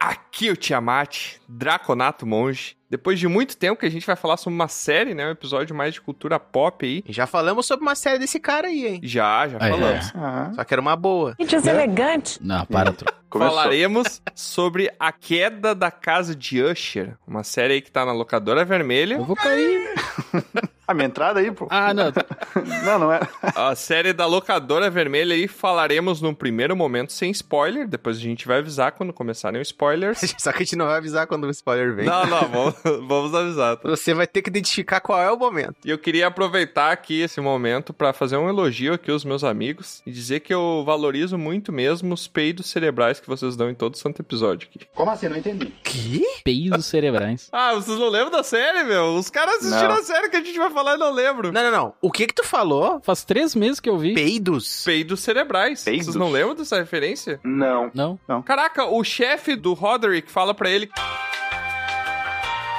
Akio é Tiamat, Draconato Monge. Depois de muito tempo que a gente vai falar sobre uma série, né? Um episódio mais de cultura pop aí. Já falamos sobre uma série desse cara aí, hein? Já, já Aí, é. falamos. Ah, Só que era uma boa. Que deselegante. Não, para, tro... começou. Falaremos sobre a queda da casa de Usher, uma série aí que tá na locadora Eu vermelha, vou cair. A minha entrada aí, pô. Ah, não. Não, não é. a série da locadora vermelha aí falaremos num primeiro momento sem spoiler, depois a gente vai avisar quando começarem os spoilers. Só que a gente não vai avisar quando o spoiler vem. Não, não, vamos, vamos avisar. tá? Você vai ter que identificar qual é o momento. E eu queria aproveitar aqui esse momento pra fazer um elogio aqui aos meus amigos e dizer que eu valorizo muito mesmo os peidos cerebrais que vocês dão em todo santo episódio aqui. Como assim? Não entendi. Que? Peidos cerebrais. Ah, vocês não lembram da série, meu? Os caras assistiram Não. a série que a gente vai falar e não lembro. Não, não, não. O que que tu falou? Faz três meses que eu vi. Peidos? Peidos cerebrais. Peidos? Vocês não lembram dessa referência? Não. Não? Caraca, o chefe do Roderick fala pra ele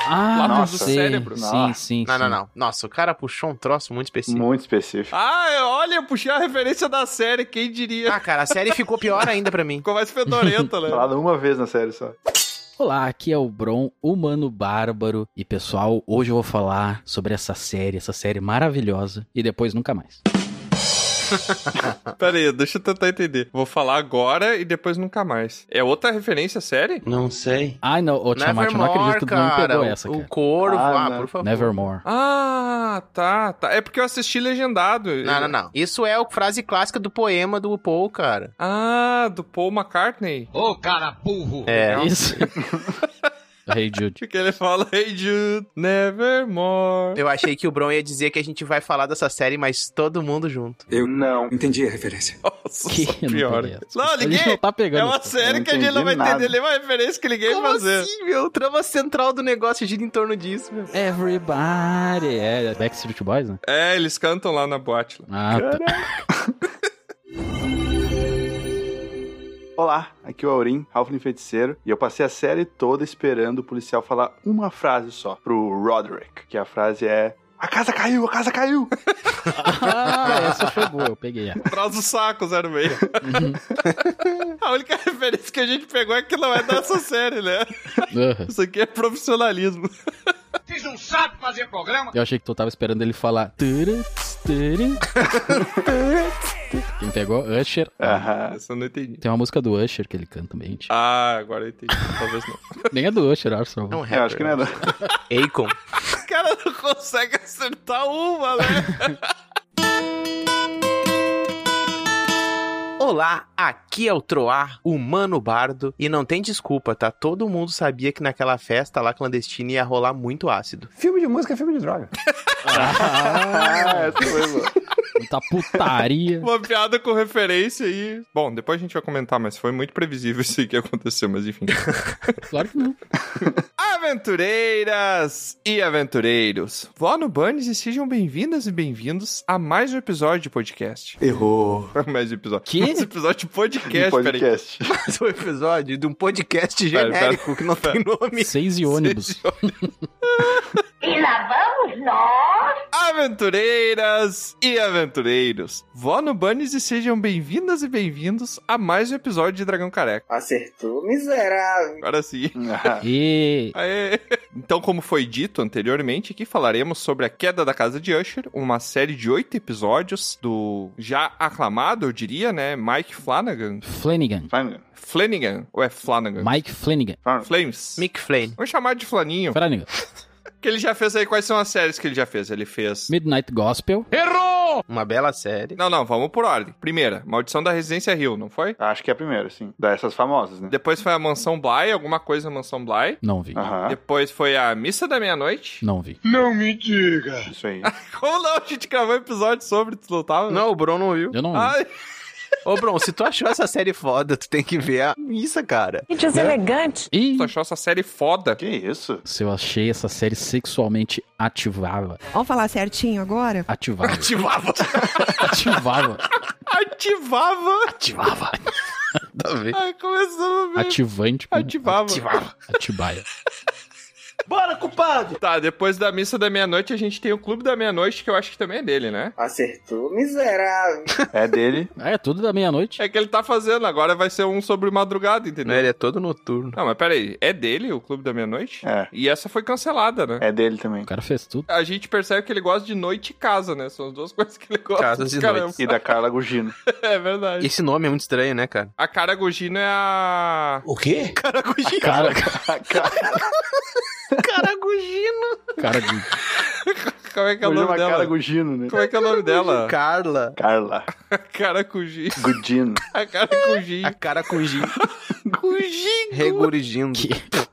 Ah, Lápis não do sei. cérebro. Sim, Nossa. sim, Não, sim. não, não. Nossa, o cara puxou um troço muito específico. Muito específico. Ah, olha, eu puxei a referência da série, quem diria? Ah, cara, a série ficou pior ainda pra mim. Ficou mais fedorenta, né? Falado uma vez na série só. Olá, aqui é o Bron, humano bárbaro. E pessoal, hoje eu vou falar sobre essa série, essa série maravilhosa. E depois nunca mais. Pera aí, deixa eu tentar entender. Vou falar agora e depois nunca mais. É outra referência série? Não sei. Ai, não, ô Tiamat, eu não acredito que tu não cara. pegou o- essa, o cara. corvo, Ah, ah, não. por favor. Nevermore. Ah, tá, tá. É porque eu assisti legendado. Não, não, não. Isso é a frase clássica do poema do Paul, cara. Ah, do Paul McCartney. Ô, cara burro! É. Isso. Rei Jude. Que ele fala, hey Jude, nevermore. Eu achei que o Bron ia dizer que a gente vai falar dessa série, mas todo mundo junto. Eu não. Entendi a referência. Nossa, Que só eu não pior. peguei essa. Não, A gente não ninguém... tá pegando. É uma essa. série Eu que a gente não não vai entendi entender nenhuma referência que ninguém vai fazer. assim, meu? O trama central do negócio gira em torno disso, meu. Everybody. É Backstreet Boys, né? É, eles cantam lá na boate. lá. Ah, tá. Olá, aqui é o Aurim, Halfling Feiticeiro, e eu passei a série toda esperando o policial falar uma frase só pro Roderick, que a frase é... A casa caiu, a casa caiu! Ah, essa foi boa, eu peguei. ela. Traz o saco, 06. a única referência que a gente pegou é que não é dessa série, né? Uhum. Isso aqui é profissionalismo. Vocês não sabem fazer programa? Eu achei que tu tava esperando ele falar. "Turuts, turuts, turuts". Quem pegou? Usher. Aham. Essa eu não entendi. Tem uma música do Usher que ele canta também, gente. Ah, agora eu entendi. Talvez não. Nem é do Usher, Armstrong. É um Eu acho que não é não. é. Akon. O cara não consegue acertar uma, né? Olá, aqui é o Troar, humano bardo. E não tem desculpa, tá? Todo mundo sabia que naquela festa lá clandestina ia rolar muito ácido. Filme de música é filme de droga. Ah, essa foi boa. Tá putaria. Uma piada com referência aí. Bom, depois a gente vai comentar, mas foi muito previsível isso que aconteceu, mas enfim. Claro que não. Aventureiras e aventureiros, vó no Bunnies e sejam bem-vindas e bem-vindos a mais um episódio de podcast. Errou. mais um episódio. Que? Mais um episódio de podcast, De peraí. podcast. Esse é um episódio de um podcast Pera, pera. genérico que não tem nome. Seis e ônibus. E lá vamos nós. Aventureiras e aventureiros, vó no Bunnies e sejam bem-vindas e bem-vindos a mais um episódio de Dragão Careca. Acertou, miserável. Agora sim. Ah, E. Aê. Então, como foi dito anteriormente, aqui falaremos sobre a queda da casa de Usher, uma série de oito episódios do já aclamado, eu diria, né, Mike Flanagan. Flanagan. Flanagan. Flanagan ou é Flanagan? Mike Flanagan. Flanagan. Flames. Mick Flane. Vamos chamar de Flaninho. Flanagan. Que ele já fez aí quais são as séries que ele já fez? Ele fez Midnight Gospel. Uma bela série. Não, não, vamos por ordem. Primeira, Maldição da Residência Hill, não foi? Acho que é a primeira, sim. Dessas famosas, né? Depois foi a Mansão Bly, alguma coisa Mansão Bly. Não vi. Aham. Depois foi a Missa da Meia-Noite. Não vi. Isso aí. Como não? A gente gravou episódio sobre, tu não tava? Não, o Bron não viu. Eu não vi. Ai, Ô, Bron, se tu achou essa série foda, tu tem que ver a missa, cara. Que deselegante. Ih, tu achou essa série foda? Que isso? se eu achei essa série sexualmente ativava. Vamos falar certinho agora? Ativava. Ativava. Ativava. Ativava! Ativava. Tá vendo? Ai, começamos bem. Ativante. Ativava. Ativava. Atibaia. Bora, culpado! Tá, depois da missa da meia-noite a gente tem o clube da meia-noite, que eu acho que também é dele, né? Acertou, miserável. É dele. Ah, é tudo da meia-noite? É que ele tá fazendo, agora vai ser um sobre madrugada, entendeu? Né? Ele é todo noturno. Não, mas peraí, é dele o Clube da Meia-Noite? É. E essa foi cancelada, né? É dele também. O cara fez tudo. A gente percebe que ele gosta de noite e casa, né? São as duas coisas que ele gosta. Casas e noites. E da Carla Gugino. É verdade. Esse nome é muito estranho, né, cara? A cara Gugino é a. O quê? Cara, Caragugino! cara de... Como é que é o Hoje é nome uma Carla dela? Gugino, né? Como é que é o nome dela? Carla. Carla A cara Gugino. Gugino. A cara Gugino. A cara Cugino. Gugino. Regurgindo.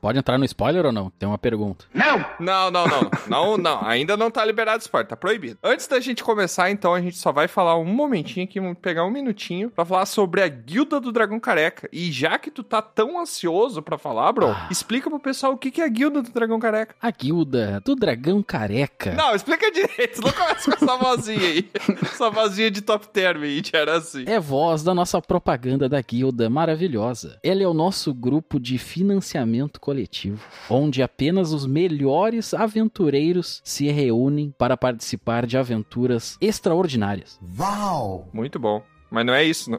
Pode entrar no spoiler ou não? Tem uma pergunta. Não, não, não. Não, não. Ainda não tá liberado esporte, tá proibido. Antes da gente começar, então, a gente só vai falar um momentinho aqui, vamos pegar um minutinho pra falar sobre a Guilda do Dragão Careca. E já que tu tá tão ansioso pra falar, bro, Ah. explica pro pessoal o que que é a Guilda do Dragão Careca. A guilda do dragão careca. Não, explica direito. Não começa com essa vozinha aí. Essa vozinha de top term aí, que era assim. É voz da nossa propaganda da guilda maravilhosa. Ele é o nosso grupo de financiamento coletivo, onde apenas os melhores aventureiros se reúnem para participar de aventuras extraordinárias. Muito bom. Mas não é isso, não.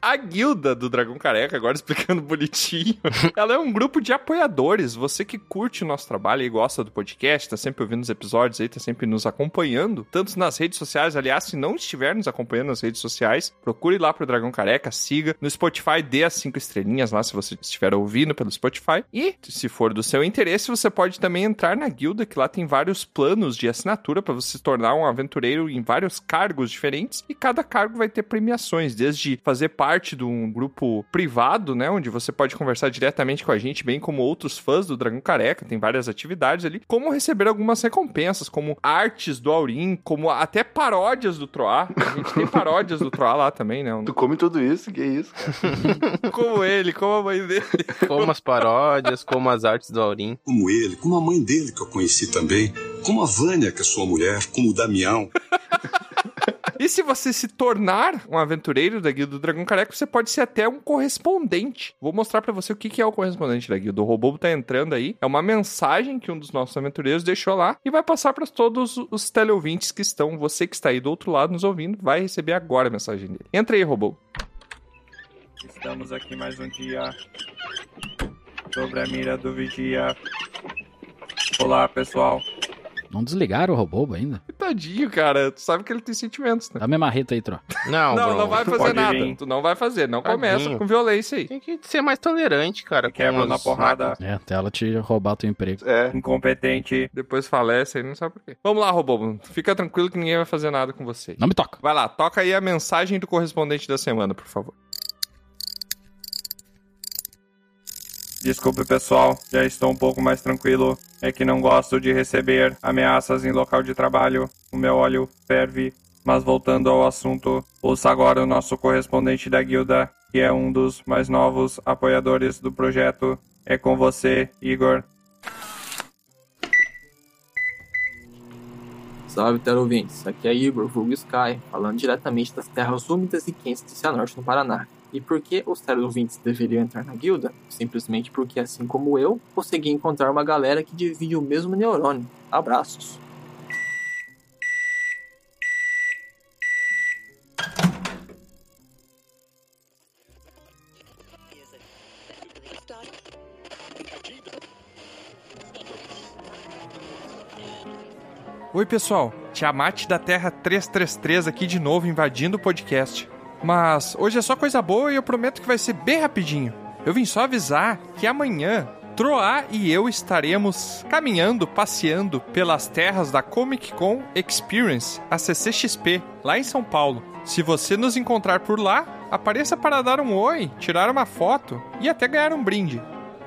A guilda do Dragão Careca, agora explicando bonitinho, ela é um grupo de apoiadores. Você que curte o nosso trabalho e gosta do podcast, tá sempre ouvindo os episódios aí, tá sempre nos acompanhando, tanto nas redes sociais. Aliás, se não estiver nos acompanhando nas redes sociais, procure lá pro Dragão Careca, siga. No Spotify, dê as cinco estrelinhas lá, se você estiver ouvindo pelo Spotify. E, se for do seu interesse, você pode também entrar na guilda, que lá tem vários planos de assinatura para você se tornar um aventureiro em vários cargos diferentes. E cada cargo vai ter premiações, desde fazer parte de um grupo privado, né? Onde você pode conversar diretamente com a gente, bem como outros fãs do Dragão Careca, tem várias atividades ali, como receber algumas recompensas, como artes do Aurim, como até paródias do Troá. A gente tem paródias do Troá lá também, né? Um- Tu come tudo isso? Que isso? cara? Como ele, como a mãe dele. Como as paródias, como as artes do Aurim. Como ele, como a mãe dele que eu conheci também, como a Vânia, que é sua mulher, como o Damião. E se você se tornar um aventureiro da Guilda do Dragão Careca, você pode ser até um correspondente. Vou mostrar pra você o que que é o correspondente da Guilda. O robô tá entrando aí. É uma mensagem que um dos nossos aventureiros deixou lá e vai passar pra todos os teleouvintes que estão, você que está aí do outro lado nos ouvindo, vai receber agora a mensagem dele. Entra aí, robô. Estamos aqui mais um dia, sobre a mira do vigia. Olá, pessoal. Não desligaram o robô ainda? Que Tadinho, cara. Tu sabe que ele tem sentimentos, né? Dá minha marreta aí, tro. Não, Não, Bruno. não vai fazer Pode nada. vir. Tu não vai fazer. Não começa Tadinho. com violência aí. Tem que ser mais tolerante, cara. com Quebra os- na porrada. É, até ela te roubar teu emprego. É. Incompetente. Depois falece aí, não sabe por quê. Vamos lá, robô. Fica tranquilo que ninguém vai fazer nada com você. Não me toca. Vai lá, toca aí a mensagem do correspondente da semana, por favor. Desculpe, pessoal, já estou um pouco mais tranquilo. É que não gosto de receber ameaças em local de trabalho. O meu óleo ferve. Mas voltando ao assunto, ouça agora o nosso correspondente da guilda, que é um dos mais novos apoiadores do projeto. É com você, Igor. Salve, ouvintes. Aqui é Igor, vulgo Sky, falando diretamente das terras úmidas e quentes de Cianorte, no Paraná. E por que os ouvintes deveriam entrar na guilda? Simplesmente porque, assim como eu, consegui encontrar uma galera que divide o mesmo neurônio. Abraços. Oi, pessoal. Tiamat da Terra 333 aqui de novo invadindo o podcast. Mas hoje é só coisa boa e eu prometo que vai ser bem rapidinho. Eu vim só avisar que amanhã Troá e eu estaremos caminhando, passeando pelas terras da Comic Con Experience, a CCXP, lá em São Paulo. Se você nos encontrar por lá, apareça para dar um oi, tirar uma foto e até ganhar um brinde.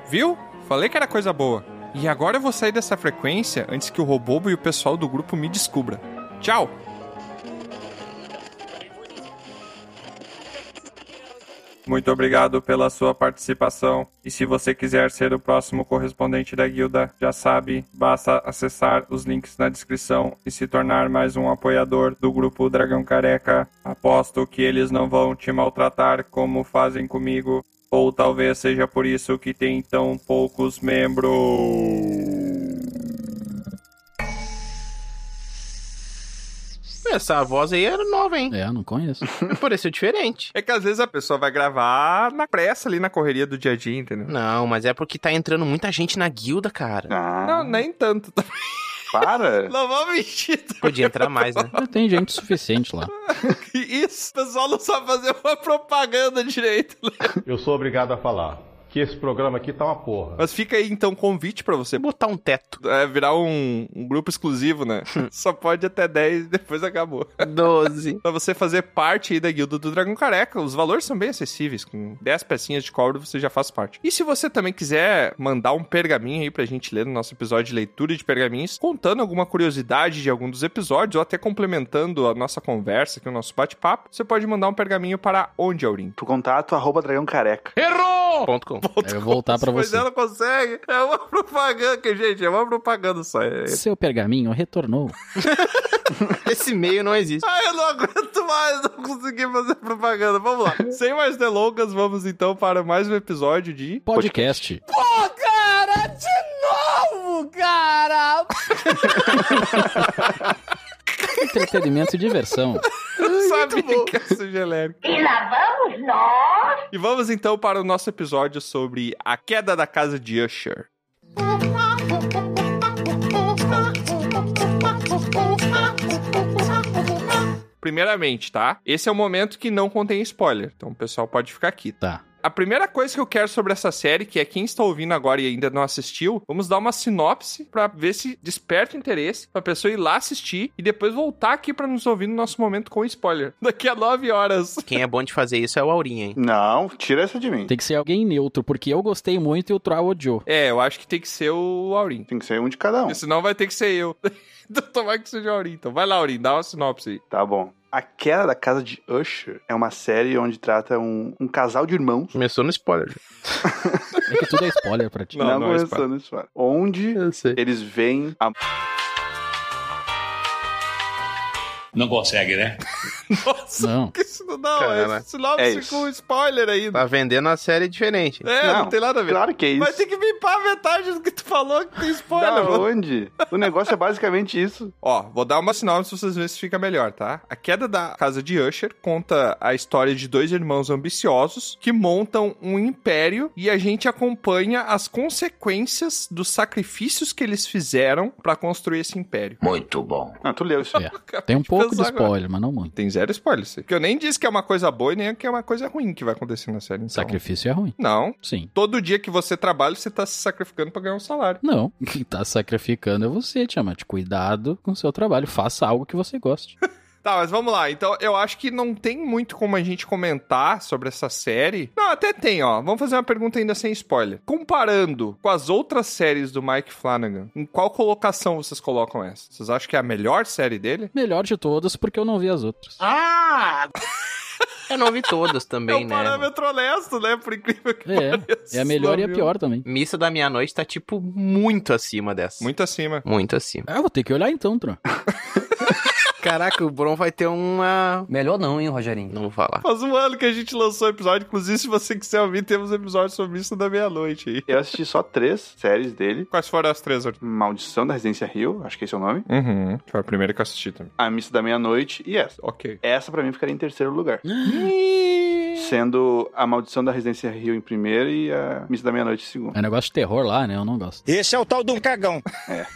Viu? Falei que era coisa boa. E agora eu vou sair dessa frequência antes que o Robobo e o pessoal do grupo me descubra. Tchau! Muito obrigado pela sua participação. E se você quiser ser o próximo correspondente da guilda, já sabe, basta acessar os links na descrição e se tornar mais um apoiador do grupo Dragão Careca. Aposto que eles não vão te maltratar como fazem comigo. Ou talvez seja por isso que tem tão poucos membros. Essa voz aí era nova, hein? É, não conheço. Pareceu diferente. É que às vezes a pessoa vai gravar na pressa ali na correria do dia a dia, entendeu? Não, mas é porque tá entrando muita gente na guilda, cara. Não, nem tanto. Para! Não vou mentir. Podia entrar mais, né? Já tem gente suficiente lá. Que Isso, o pessoal não sabe fazer uma propaganda direito. né? Eu sou obrigado a falar que esse programa aqui tá uma porra. Mas fica aí então o convite pra você Botar um teto. é, virar um, um grupo exclusivo, né? Só pode até 10 e depois acabou. 12. Pra você fazer parte aí da guilda do Dragão Careca. Os valores são bem acessíveis. Com 10 pecinhas de couro você já faz parte. E se você também quiser mandar um pergaminho aí pra gente ler no nosso episódio de leitura de pergaminhos, contando alguma curiosidade de algum dos episódios ou até complementando a nossa conversa, que o nosso bate-papo, você pode mandar um pergaminho para onde, Aurim? Pro contato, arroba dragão careca. Ponto com. Eu vou voltar pra Mas você. ela consegue. É uma propaganda, que, gente, é uma propaganda só. É- Seu pergaminho retornou. Esse meio não existe. Ah, eu não aguento mais, não consegui fazer propaganda. Vamos lá. Sem mais delongas, vamos então para mais um episódio de. Podcast. Entretenimento e diversão. Sabia que é ia ser genérico. E lá vamos nós. E vamos então para o nosso episódio sobre a queda da casa de Usher. Primeiramente, tá? Esse é o momento que não contém spoiler, então o pessoal pode ficar aqui. Tá. A primeira coisa que eu quero sobre essa série, que é quem está ouvindo agora e ainda não assistiu, vamos dar uma sinopse pra ver se desperta interesse, pra pessoa ir lá assistir e depois voltar aqui pra nos ouvir no nosso momento com spoiler. Daqui a nove horas. Quem é bom de fazer isso é o Aurinha, hein? Não, tira essa de mim. Tem que ser alguém neutro, porque eu gostei muito e o Troll odiou. É, eu acho que tem que ser o Aurim. Tem que ser um de cada um. Porque senão vai ter que ser eu. Então, Tomara que seja o Aurim. Então vai lá, Aurim, dá uma sinopse aí. Tá bom. A Queda da Casa de Usher é uma série onde trata um, um casal de irmãos. Começou no spoiler. É que tudo é spoiler pra ti. Não, não é começou spoiler. nisso, cara. Onde Eu sei. eles veem a. Não consegue, né? Nossa, Não. que isso não dá, Cara, é sinopse é isso. com spoiler ainda. Tá vendendo a série diferente. É, não, Não, tem nada a ver. Claro que é isso. Mas tem que limpar a metade do que tu falou que tem spoiler, da mano. onde? O negócio é basicamente isso. Ó, vou dar uma sinopse pra vocês verem se fica melhor, tá? A queda da casa de Usher conta a história de dois irmãos ambiciosos que montam um império e a gente acompanha as consequências dos sacrifícios que eles fizeram pra construir esse império. Muito bom. Ah, tu leu isso. É. Tem um pouco de pensar agora. spoiler, mas não muito. Tem zero spoiler, isso aí. Porque eu nem disse que é uma coisa boa e nem que é uma coisa ruim que vai acontecer na série. Então. Sacrifício é ruim. Não. Sim. Todo dia que você trabalha, você tá se sacrificando pra ganhar um salário. Não, quem tá sacrificando é você, Tiamat. Cuidado com o seu trabalho. Faça algo que você goste. Tá, mas vamos lá. Então, eu acho que não tem muito como a gente comentar sobre essa série. Não, até tem, ó. Vamos fazer uma pergunta ainda sem spoiler. Comparando com as outras séries do Mike Flanagan, em qual colocação vocês colocam essa? Vocês acham que é a melhor série dele? Melhor de todas, porque eu não vi as outras. Ah, Eu não vi todas também, é um né? parâmetro honesto, né? Por incrível que É, é a melhor e a Não, pior também. Missa da meia-noite tá, tipo, muito acima dessa. Muito acima. Muito acima. Ah, vou ter que olhar então, Tron. Caraca, o Bron vai ter uma. Melhor não, hein, Rogerinho? Não vou falar. Faz um ano que a gente lançou o episódio. Inclusive, se você quiser ouvir, temos um episódio sobre isso da meia-noite aí. Eu assisti só três séries dele. Quais foram as três? Arthur? Maldição da Residência Rio, acho que esse é o nome. Uhum. Foi a primeira que eu assisti também. A Missa da Meia-Noite e essa. Ok. Essa pra mim ficaria em terceiro lugar. Sendo a Maldição da Residência Rio em primeiro e a Missa da Meia-Noite em segundo. É negócio de terror lá, né? Eu não gosto. Esse é o tal de um cagão. É,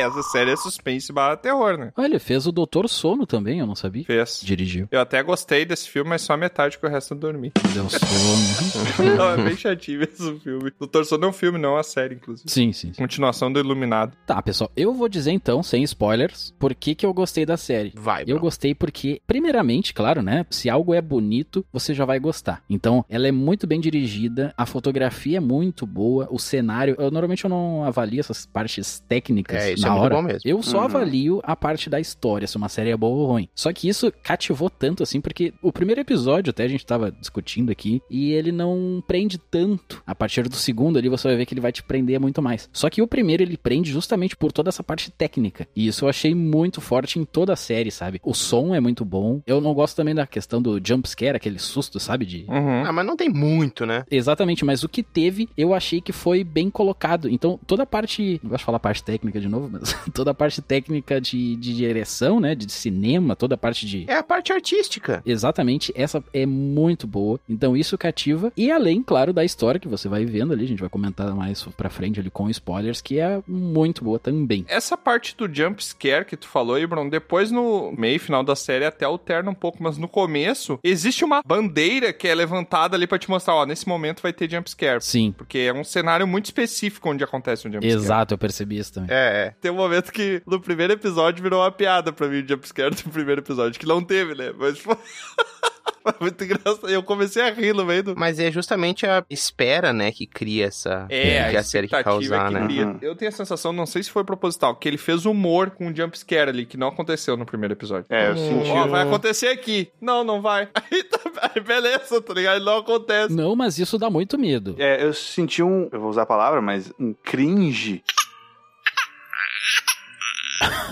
essa série é suspense barra terror, né? Ah, ele fez o Doutor Sono também, eu não sabia. Fez. Dirigiu. Eu até gostei desse filme, mas só a metade que o resto eu dormi. Deu um sono. Não, é bem chatinho esse filme. Doutor Sono é um filme, não é uma série, inclusive. Sim, sim, sim. Continuação do Iluminado. Tá, pessoal, eu vou dizer então, sem spoilers, por que, que eu gostei da série. Vai, Eu Bron. gostei porque, primeiramente, claro, né? Se algo é bonito, você já vai gostar. Então, ela é muito bem dirigida, a fotografia é muito boa, o cenário. Eu normalmente eu não avalio essas partes técnicas É, isso na é muito hora. bom mesmo. Eu só Uhum. avalio a parte da história, se uma série é boa ou ruim. Só que isso cativou tanto, assim, porque o primeiro episódio, até a gente tava discutindo aqui, e ele não prende tanto. A partir do segundo ali, você vai ver que ele vai te prender muito mais. Só que o primeiro, ele prende justamente por toda essa parte técnica. E isso eu achei muito forte em toda a série, sabe? O som é muito bom. Eu não gosto também da questão do jump scare, aquele susto, sabe? De... Uhum. Ah, mas não tem muito, né? Exatamente, mas o que teve eu achei que foi bem colocado. Então, toda a parte. Eu acho falar parte técnica de novo, mas toda a parte técnica de, de direção, né? De cinema, toda a parte de. É a parte artística. Exatamente, essa é muito boa. Então, isso cativa. E além, claro, da história que você vai vendo ali, a gente vai comentar mais pra frente ali com spoilers, que é muito boa também. Essa parte do jump scare que tu falou, Ibron, depois no meio final da série até alterna um pouco, mas no começo existe uma bandeira que é levantada ali pra te mostrar, ó, nesse momento vai ter jump scare. Sim. Porque é um cenário muito específico onde acontece um jump scare. Exato, eu percebi isso também. É, é. Tem um momento que no primeiro episódio virou uma piada pra mim, o jump scare do primeiro episódio, que não teve, né? Mas tipo, foi muito engraçado. Eu comecei a rir no meio do. Mas é justamente a espera, né, que cria essa. É, que a série quer expectativa causar, que né? cria. Eu tenho a sensação, não sei se foi proposital, que ele fez humor com o jump scare ali, que não aconteceu no primeiro episódio. É, eu Hum. Ó, senti. vai acontecer aqui. Não, não vai. Aí, tá- aí beleza, tá ligado? Não acontece. Não, mas isso dá muito medo. É, eu senti um. Eu vou usar a palavra, mas um cringe.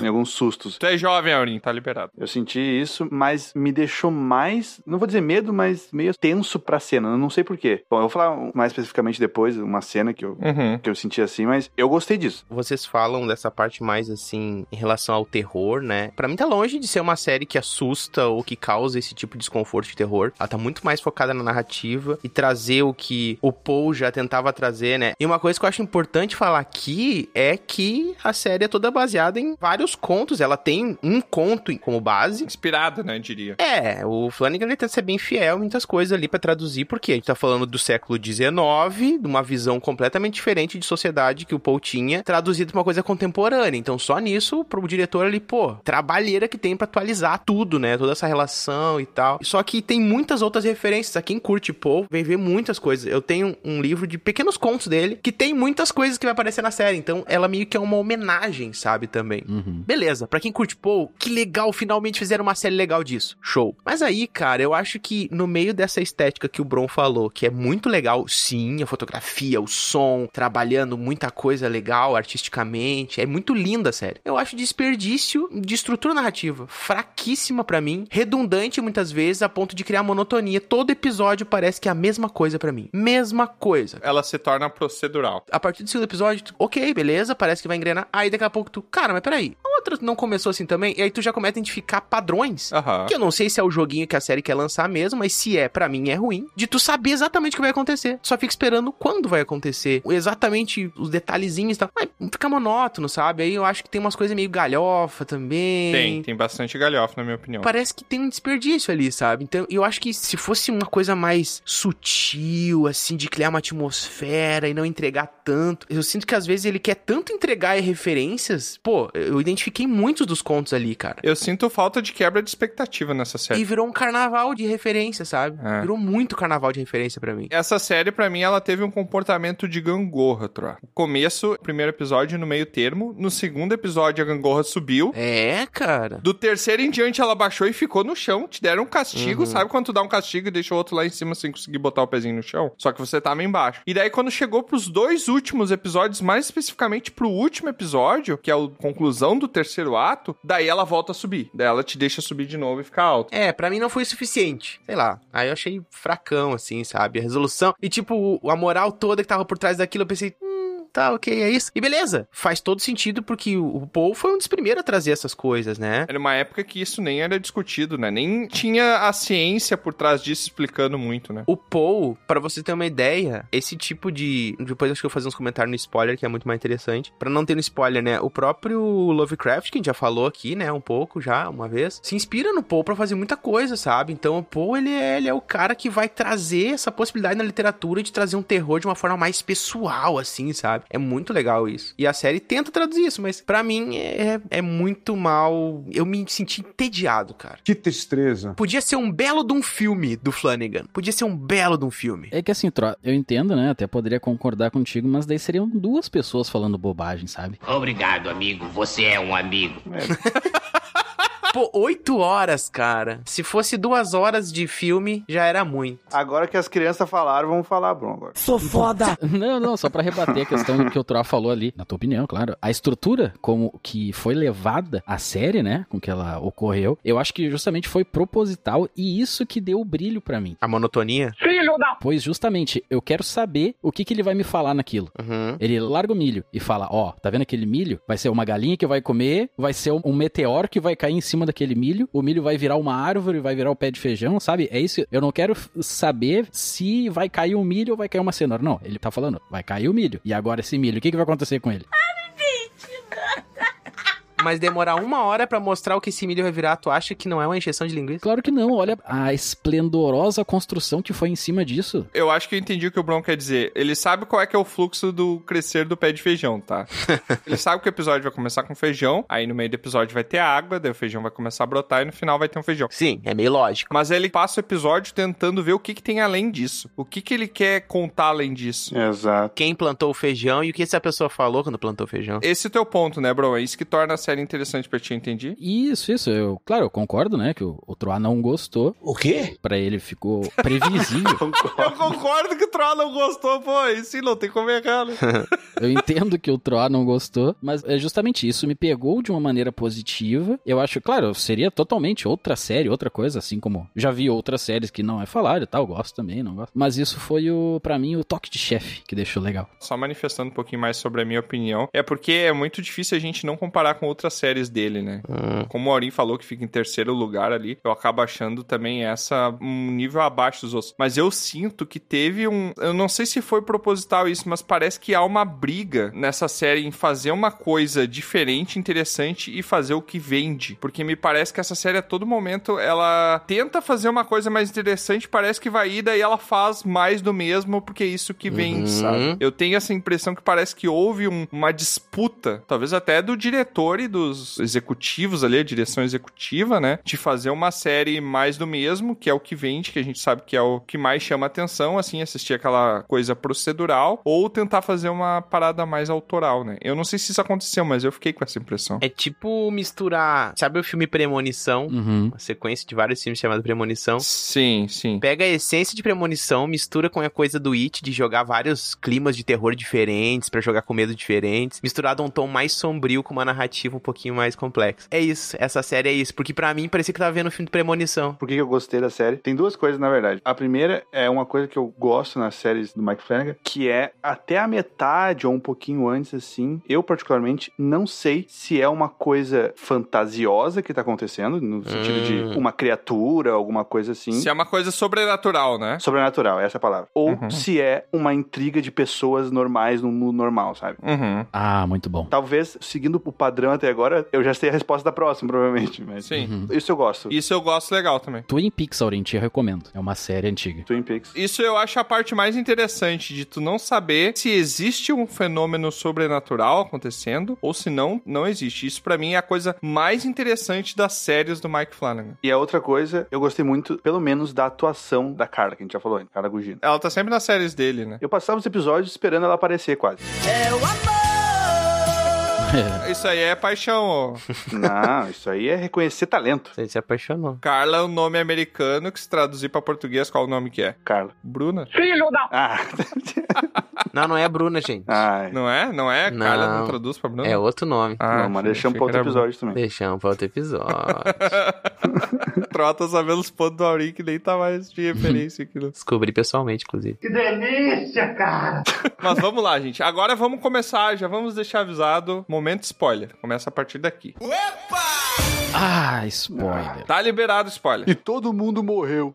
em alguns sustos. Tu é jovem, Aurim, tá liberado. Eu senti isso, mas me deixou mais, não vou dizer medo, mas meio tenso pra cena. Eu não sei porquê. Bom, eu vou falar mais especificamente depois, uma cena que eu, Uhum. que eu senti assim, mas eu gostei disso. Vocês falam dessa parte mais assim em relação ao terror, né? Pra mim tá longe de ser uma série que assusta ou que causa esse tipo de desconforto de terror. Ela tá muito mais focada na narrativa e trazer o que o Paul já tentava trazer, né? E uma coisa que eu acho importante falar aqui é que a série é toda baseada em vários contos. Ela tem um conto como base, Inspirado, né, eu diria. é, o Flanagan ele tenta ser bem fiel em muitas coisas ali pra traduzir, porque a gente tá falando do século XIX, de uma visão completamente diferente de sociedade que o Paul tinha, traduzido pra uma coisa contemporânea. Então, só nisso, pro diretor ali, pô, trabalheira que tem pra atualizar tudo, né? Toda essa relação e tal. Só que tem muitas outras referências. A quem curte Paul vem ver muitas coisas. Eu tenho um livro de pequenos contos dele que tem muitas coisas que vai aparecer na série. Então, ela meio que é uma homenagem, sabe, também. Uhum. Beleza, pra quem curte Paul, que legal, finalmente fizeram uma série legal disso. Show. Mas aí, cara, eu acho que no meio dessa estética que o Bron falou, que é muito legal, sim, a fotografia, o som, trabalhando muita coisa legal artisticamente, é muito linda a série. Eu acho desperdício de estrutura narrativa, fraquíssima pra mim, redundante muitas vezes a ponto de criar monotonia. Todo episódio parece que é a mesma coisa pra mim. Mesma coisa Ela se torna procedural. a partir do segundo episódio, tu, ok, beleza, parece que vai engrenar. Aí daqui a pouco tu, cara, mas peraí, a outra não começou assim também? E aí tu já começa a identificar padrões. Aham. Que eu não sei se é o joguinho que a série quer lançar mesmo, mas se é, pra mim é ruim. De tu saber exatamente o que vai acontecer. Só fica esperando quando vai acontecer. Exatamente os detalhezinhos e tal. Mas fica monótono, sabe? Aí eu acho que tem umas coisas meio galhofa também. Tem, tem bastante galhofa, na minha opinião. Parece que tem um desperdício ali, sabe? Então, eu acho que se fosse uma coisa mais sutil, assim, de criar uma atmosfera e não entregar tanto. Eu sinto que às vezes ele quer tanto entregar referências. Pô, eu identifiquei muitos dos contos ali, cara. Eu sinto falta de quebra de expectativa nessa série. E virou um carnaval de referência, sabe? É. Virou muito carnaval de referência pra mim. Essa série, pra mim, ela teve um comportamento de gangorra, Troa. No Começo, primeiro episódio, no meio termo. No segundo episódio, a gangorra subiu. É, cara. Do terceiro em diante, ela baixou e ficou no chão. Te deram um castigo, Uhum. sabe quando tu dá um castigo e deixa o outro lá em cima sem conseguir botar o pezinho no chão? Só que você tava embaixo. E daí, quando chegou pros dois últimos episódios, mais especificamente pro último episódio, que é a conclusão do terceiro ato, daí ela volta a subir. Daí ela te deixa subir de novo e ficar alto. É, pra mim não foi o suficiente. Sei lá. Aí eu achei fracão, assim, sabe? A resolução. E, tipo, o- a moral toda que tava por trás daquilo, eu pensei. "Hum, Tá, ok, é isso. E beleza, faz todo sentido porque o o Paul foi um dos primeiros a trazer essas coisas, né? Era uma época que isso nem era discutido, né? Nem tinha a ciência por trás disso explicando muito, né? O Paul, pra você ter uma ideia, esse tipo de. Depois acho que eu vou fazer uns comentários no spoiler, que é muito mais interessante. Pra não ter no spoiler, né? O próprio Lovecraft, que a gente já falou aqui, né? Um pouco já, uma vez, se inspira no Paul pra fazer muita coisa, sabe? Então o Paul, ele é, ele é o cara que vai trazer essa possibilidade na literatura de trazer um terror de uma forma mais pessoal, assim, sabe? É muito legal isso. E a série tenta traduzir isso, mas pra mim é, é muito mal. Eu me senti entediado, cara. Que tristeza. Podia ser um belo de um filme do Flanagan. Podia ser um belo de um filme. É que assim, Tro, eu entendo, né? Até poderia concordar contigo, mas daí seriam duas pessoas falando bobagem, sabe? Obrigado, amigo. Você é um amigo. Pô, oito horas, cara. Se fosse duas horas de filme, já era muito. Agora que as crianças falaram, vamos falar, Bruno. Agora. Sou foda! Não, não, só pra rebater a questão do que o Troá falou ali, na tua opinião, claro. A estrutura como que foi levada à série, né, com que ela ocorreu, eu acho que justamente foi proposital e isso que deu o brilho pra mim. A monotonia? Filho da... Pois justamente, eu quero saber o que que ele vai me falar naquilo. Uhum. Ele larga o milho e fala, ó, tá vendo aquele milho? Vai ser uma galinha que vai comer, vai ser um, um meteoro que vai cair em cima daquele milho, o milho vai virar uma árvore, vai virar o pé de feijão, sabe? É isso. Eu não quero f- saber se vai cair um milho ou vai cair uma cenoura. Não, ele tá falando, vai cair o milho. E agora esse milho, o que que vai acontecer com ele? Mas demorar uma hora pra mostrar o que esse milho vai virar, tu acha que não é uma injeção de linguiça? Claro que não, olha a esplendorosa construção que foi em cima disso. Eu acho que eu entendi o que o Bron quer dizer. Ele sabe qual é que é o fluxo do crescer do pé de feijão, tá? Ele sabe que o episódio vai começar com feijão, aí no meio do episódio vai ter água, daí o feijão vai começar a brotar e no final vai ter um feijão. Sim, é meio lógico. Mas ele passa o episódio tentando ver o que, que tem além disso. O que, que ele quer contar além disso. Exato. Quem plantou o feijão e o que essa pessoa falou quando plantou o feijão. Esse é o teu ponto, né, Bron? É isso que torna a série interessante pra ti, entendi? Isso, isso. Eu, claro, eu concordo, né? Que o, o Troá não gostou. O quê? Pra ele ficou previsível. Eu concordo que o Troll não gostou, pô. E sim, não tem como errar, né? Eu entendo que o Troá não gostou, mas é justamente isso. Me pegou de uma maneira positiva. Eu acho, claro, seria totalmente outra série, outra coisa, assim como já vi outras séries que não é falar e tal. Gosto também, não gosto. Mas isso foi, o para mim, o toque de chefe que deixou legal. Só manifestando um pouquinho mais sobre a minha opinião. É porque é muito difícil a gente não comparar com outras séries dele, né? É. Hum. Como o Aurim falou que fica em terceiro lugar ali, eu acabo achando também essa um nível abaixo dos outros. Mas eu sinto que teve um. Eu não sei se foi proposital isso, mas parece que há uma briga nessa série em fazer uma coisa diferente, interessante e fazer o que vende. Porque me parece que essa série a todo momento ela tenta fazer uma coisa mais interessante, parece que vai ir, daí ela faz mais do mesmo, porque é isso que vende, Uhum. sabe? Eu tenho essa impressão que parece que houve um- uma disputa, talvez até do diretor e dos executivos ali, a direção executiva, né? De fazer uma série mais do mesmo, que é o que vende, que a gente sabe que é o que mais chama atenção, assim, assistir aquela coisa procedural, ou tentar fazer uma parada mais autoral, né? Eu não sei se isso aconteceu, mas eu fiquei com essa impressão. É tipo misturar. Sabe o filme Premonição? Uhum. Uma sequência de vários filmes chamado Premonição. Sim, sim. Pega a essência de premonição, mistura com a coisa do It, de jogar vários climas de terror diferentes, pra jogar com medo diferentes, misturado a um tom mais sombrio com uma narrativa um pouquinho mais complexa. É isso, essa série é isso, porque pra mim parecia que eu tava vendo um filme de premonição. Por que que eu gostei da série? Tem duas coisas, na verdade. A primeira é uma coisa que eu gosto nas séries do Mike Flanagan, que é até a metade ou um pouquinho antes, assim, eu particularmente não sei se é uma coisa fantasiosa que tá acontecendo, no sentido de uma criatura, alguma coisa assim. Hum. Se é uma coisa sobrenatural, né? Sobrenatural, essa é a palavra. Ou Uhum. se é uma intriga de pessoas normais no mundo normal, sabe? Uhum. Ah, muito bom. Talvez, seguindo o padrão até agora, eu já sei a resposta da próxima, provavelmente. Mas Sim. Uhum. isso eu gosto. Isso eu gosto legal também. Twin Peaks, Aurim, te recomendo. É uma série antiga. Twin Peaks. Isso eu acho a parte mais interessante de tu não saber se existe um fenômeno sobrenatural acontecendo ou se não, não existe. Isso pra mim é a coisa mais interessante das séries do Mike Flanagan. E a outra coisa, eu gostei muito, pelo menos, da atuação da Carla, que a gente já falou, hein? Carla Gugino. Ela tá sempre nas séries dele, né? Eu passava os episódios esperando ela aparecer quase. Isso aí é paixão. ó. Não, isso aí é reconhecer talento, Você se apaixonou. Carla é um nome americano que se traduzir pra português, qual o nome que é? Carla. Bruna? Ah, Não, não é a Bruna, gente. ai. Não é? Não é? Não. Carla não traduz pra Bruna? É outro nome. Ah, não, mas achei- deixamos achei pra que outro era episódio também. Deixamos pra outro episódio. Trota sabendo os pontos do Aurim que nem tá mais de referência aqui. né? Descobri pessoalmente, inclusive. Mas vamos lá, gente. Agora vamos começar, já vamos deixar avisado. Momento spoiler. Começa a partir daqui. Ah, spoiler. Tá liberado o spoiler. E todo mundo morreu.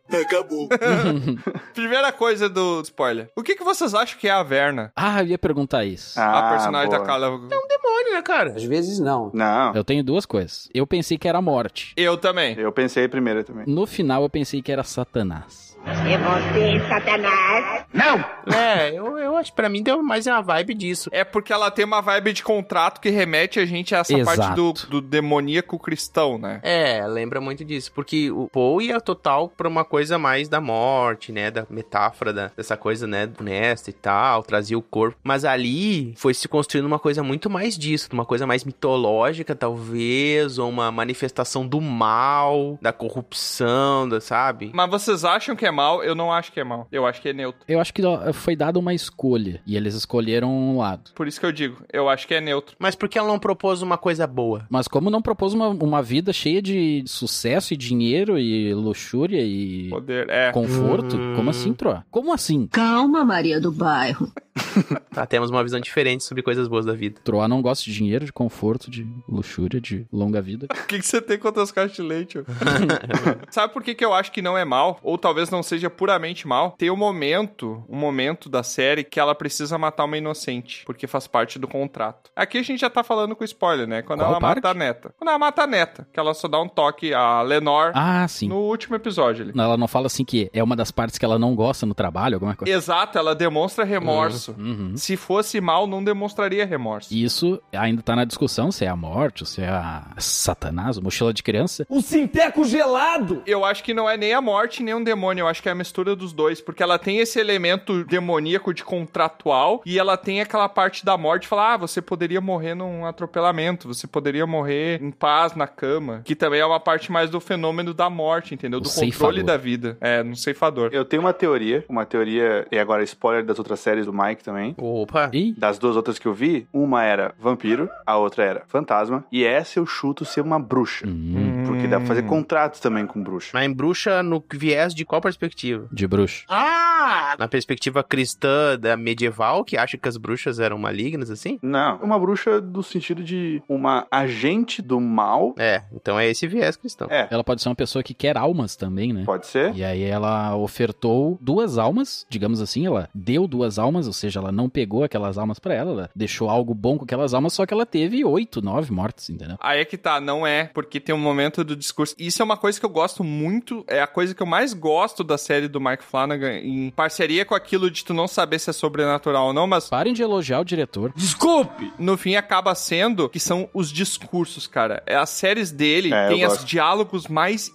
Primeira coisa do spoiler. O que, que vocês acham que é a Verna? Ah, eu ia perguntar isso. a personagem Ah, da boa. Carla. Demônio, né, cara? Às vezes não. Não, Eu tenho duas coisas. Eu pensei que era a morte. Eu também. eu pensei primeiro também. No final, eu pensei que era Satanás. É você, Satanás? Não! É, eu, eu acho que pra mim deu mais uma vibe disso. É porque ela tem uma vibe de contrato que remete a gente a essa Exato. parte do, do demoníaco cristão, né? É, lembra muito disso. Porque o Poe ia total pra uma coisa mais da morte, né? Da metáfora da- dessa coisa, né? Honesta e tal, trazia o corpo. Mas ali foi se construindo uma coisa muito mais disso, uma coisa mais mitológica, talvez, ou uma manifestação do mal, da corrupção, da, sabe? Mas vocês acham que é mal? Eu não acho que é mal. Eu acho que é neutro. Eu acho que ó, foi dada uma escolha e eles escolheram um lado. Por isso que eu digo, eu acho que é neutro. Mas por que ela não propôs uma coisa boa? Mas como não propôs uma, uma vida cheia de sucesso e dinheiro e luxúria e Poder, é. conforto, como assim, Tro? Como assim? Calma, Maria do Bairro. Tá, temos uma visão diferente sobre coisas boas da vida. Troá não gosta de dinheiro, de conforto, de luxúria, de longa vida. O que, que você tem contra as caixas de É. leite? ô? Sabe por que, que eu acho que não é mal? Ou talvez não seja puramente mal? Tem um momento, um momento da série que ela precisa matar uma inocente, porque faz parte do contrato. Aqui a gente já tá falando com spoiler, né? Quando Qual ela parte? mata a neta. Quando ela mata a neta, que ela só dá um toque a Lenore Ah, sim. no último episódio ali. Ela não fala assim que é uma das partes que ela não gosta no trabalho, alguma coisa. Exato, ela demonstra remorso. Uhum. Se fosse mal, não demonstraria remorso. Isso ainda tá na discussão se é a morte, ou se é a Satanás, o mochila de criança. Um sinteco gelado! Eu acho que não é nem a morte nem um demônio, eu acho que é a mistura dos dois, porque ela tem esse elemento demoníaco de contratual e ela tem aquela parte da morte, falar, ah, você poderia morrer num atropelamento, você poderia morrer em paz na cama, que também é uma parte mais do fenômeno da morte, entendeu? Do controle ceifador. da vida. É, no ceifador. Eu tenho uma teoria, uma teoria, e agora spoiler das outras séries do Mike também. Opa! Das duas outras que eu vi, uma era vampiro, a outra era fantasma, e essa eu chuto ser uma bruxa. hum, Porque dá pra fazer contratos também com bruxa. Mas em bruxa, no viés de qual perspectiva? De bruxo. Ah! Na perspectiva cristã da medieval, que acha que as bruxas eram malignas, assim? Não, uma bruxa do sentido de uma agente do mal. É, então é esse viés cristão. É. Ela pode ser uma pessoa que quer almas também, né? Pode ser. E aí ela ofertou duas almas, digamos assim, ela deu duas almas, ou seja, ela não pegou aquelas almas pra ela, ela deixou algo bom com aquelas almas, só que ela teve oito, nove mortes, entendeu? Aí é que tá, não é, porque tem um momento do discurso. Isso é uma coisa que eu gosto muito, é a coisa que eu mais gosto da série do Mike Flanagan, em parceria com aquilo de tu não saber se é sobrenatural ou não, mas. Parem de elogiar o diretor. Desculpe! No fim acaba sendo que são os discursos, cara. É, As séries dele É, eu têm os gosto. diálogos mais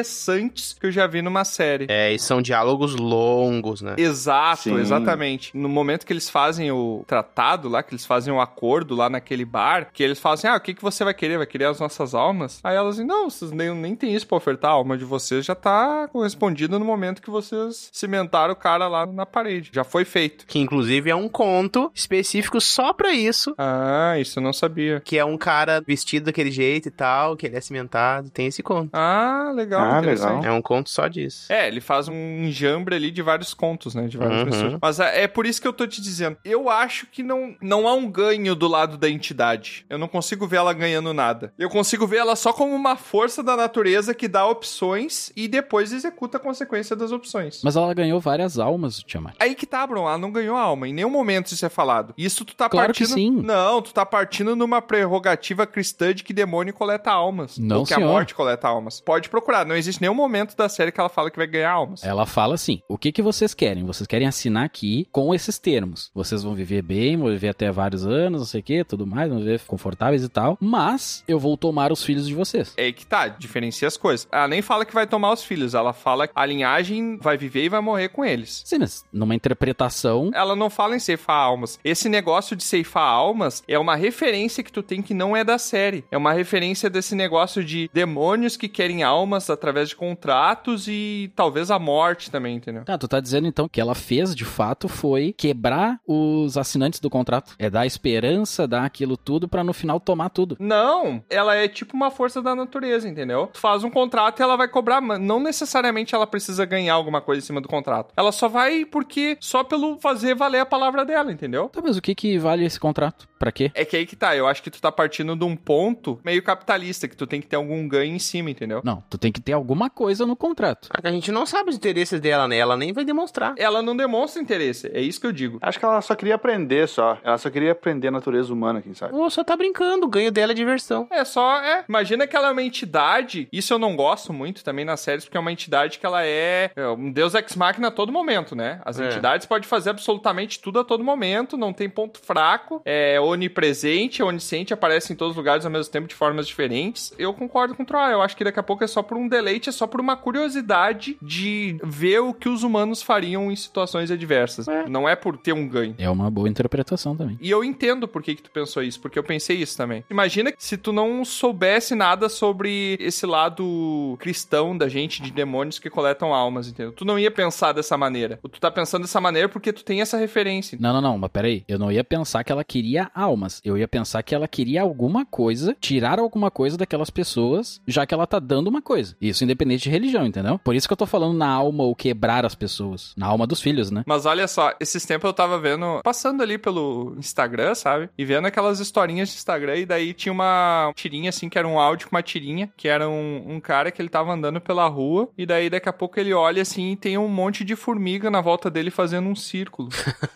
interessantes que eu já vi numa série. É, e são diálogos longos, né? Exato, Sim. exatamente. No momento que eles fazem o tratado lá, que eles fazem o acordo lá naquele bar, que eles falam assim: ah, o que, que você vai querer? Vai querer as nossas almas? Aí elas assim: não, vocês nem, nem tem isso pra ofertar, a alma de vocês já tá correspondida no momento que vocês cimentaram o cara lá na parede. Já foi feito. Que inclusive é um conto específico só pra isso. Ah, isso eu não sabia. Que é um cara vestido daquele jeito e tal, que ele é cimentado. Tem esse conto. Ah, legal. interessante. É um conto só disso. É, ele faz um enjambre ali de vários contos, né? De várias Uhum. pessoas. Mas é é por isso que eu tô te dizendo. Eu acho que não, não há um ganho do lado da entidade. Eu não consigo ver ela ganhando nada. Eu consigo ver ela só como uma força da natureza que dá opções e depois executa a consequência das opções. Mas ela ganhou várias almas, o Tiamat. Aí que tá, Bruno, ela não ganhou alma. Em nenhum momento isso é falado. Isso tu tá Claro que partindo. sim. Não, tu tá partindo numa prerrogativa cristã de que demônio coleta almas. Não, ou que senhor. a morte coleta almas. Pode procurar. Não existe nenhum momento da série que ela fala que vai ganhar almas. Ela fala assim: o que, que vocês querem? Vocês querem assinar aqui com esses termos. Vocês vão viver bem, vão viver até vários anos, não sei o que, tudo mais, vão viver confortáveis e tal. Mas eu vou tomar os filhos de vocês. É aí que tá, diferencia as coisas. Ela nem fala que vai tomar os filhos, ela fala que a linhagem vai viver e vai morrer com eles. Sim, mas numa interpretação. Ela não fala em ceifar almas. Esse negócio de ceifar almas é uma referência que tu tem que não é da série. É uma referência desse negócio de demônios que querem almas através de contratos e talvez a morte também, entendeu? Tá, tu tá dizendo então que ela fez de fato foi quebrar os assinantes do contrato. É dar esperança, dar aquilo tudo pra no final tomar tudo. Não, ela é tipo uma força da natureza, entendeu? Tu faz um contrato e ela vai cobrar, mas não necessariamente ela precisa ganhar alguma coisa em cima do contrato. Ela só vai porque só pelo fazer valer a palavra dela, entendeu? Tá, mas o que que vale esse contrato? Pra quê? É que aí que tá, eu acho que tu tá partindo de um ponto meio capitalista, que tu tem que ter algum ganho em cima, entendeu? Não, tu tem que ter alguma coisa no contrato. Só É que a gente não sabe os interesses dela, né? Ela nem vai demonstrar. Ela não demonstra interesse, é isso que eu digo. Acho que ela só queria aprender só. Ela só queria aprender a natureza humana, quem sabe. Ou só tá brincando, o ganho dela é diversão. Então, É só, é. Imagina que ela é uma entidade, isso eu não gosto muito também nas séries, porque é uma entidade que ela é é, um deus ex-máquina a todo momento, né? As É. entidades podem fazer absolutamente tudo a todo momento, não tem ponto fraco, é onipresente, é onisciente, aparece em todos os lugares ao mesmo tempo de formas diferentes. Eu concordo com o Troy, eu acho que daqui a pouco é só por um deleite, é só por uma curiosidade de ver o que os humanos fariam em situações adversas. Não é por ter um ganho. É uma boa interpretação também. E eu entendo por que, que tu pensou isso, porque eu pensei isso também. Imagina que se tu não soubesse nada sobre esse lado cristão da gente, de demônios que coletam almas, entendeu? Tu não ia pensar dessa maneira. Ou Tu tá pensando dessa maneira porque tu tem essa referência. Não, não, não, mas peraí. Eu não ia pensar que ela queria almas. Eu ia pensar que ela queria alguma coisa, tirar alguma coisa daquelas pessoas, já que ela tá dando uma coisa. Isso independente de religião, entendeu? Por isso que eu tô falando na alma ou quebrar as pessoas. Na alma dos filhos, né? Mas olha só, esses tempos eu tava vendo, passando ali pelo Instagram, sabe? E vendo aquelas historinhas de Instagram, e daí tinha uma tirinha assim, que era um áudio com uma tirinha, que era um, um cara que ele tava andando pela rua, e daí daqui a pouco ele olha assim e tem um monte de formiga na volta dele fazendo um círculo.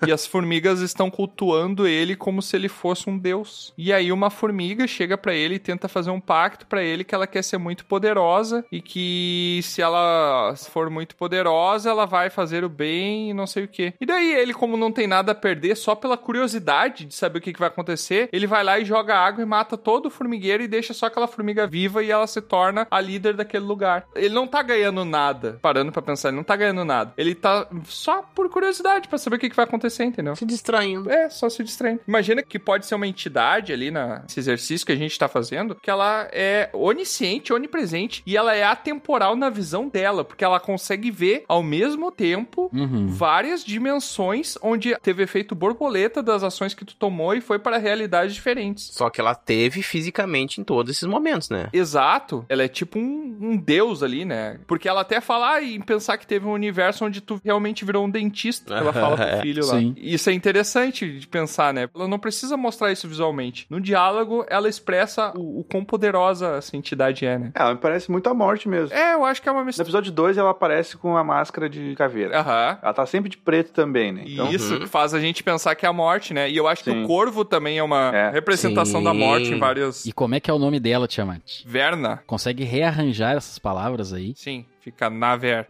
e as formigas estão cultuando ele como se ele fosse um deus. E aí uma formiga chega pra ele e tenta fazer um pacto pra ele que ela quer ser muito poderosa e que se ela for muito poderosa, ela vai fazer o bem e não sei o quê. E daí ele, como não tem nada a perder, só pela curiosidade de saber o que, que vai acontecer, ele vai lá e joga água e mata todo o formigueiro e deixa só aquela formiga viva e ela se torna a líder daquele lugar. Ele não tá ganhando nada, parando pra pensar, ele não tá ganhando nada. Ele tá só por curiosidade pra saber o que, que vai acontecer, entendeu? Tá Se distraindo. É, só se distraindo. Imagina que pode ser uma entidade ali na- nesse exercício que a gente tá fazendo, que ela é onisciente, onipresente e ela é atemporal na visão dela, porque ela consegue ver ao mesmo tempo Uhum. várias dimensões onde teve efeito borboleta das ações que tu tomou e foi para realidades diferentes. Só que ela teve fisicamente em todos esses momentos, né? Exato. Ela é tipo um, um deus ali, né? Porque ela até fala ah, em pensar que teve um universo onde tu realmente virou um dentista. Ela fala pro É, filho lá. sim. Isso é interessante de pensar, né? Ela não precisa mostrar isso visualmente. No diálogo, ela expressa o, o quão poderosa essa entidade é, né? É, ela me parece muito a morte mesmo. É, eu acho que é uma No mistura. episódio 2 ela aparece com a máscara de caveira. Aham. Ela tá sempre de preto também, né? E Isso que faz a gente pensar que é a morte, né? E eu acho que Sim. o corvo também é uma representação da morte em várias. E como é que é o nome dela, Tiamat? Verna? Consegue rearranjar essas palavras aí? Sim, fica na ver.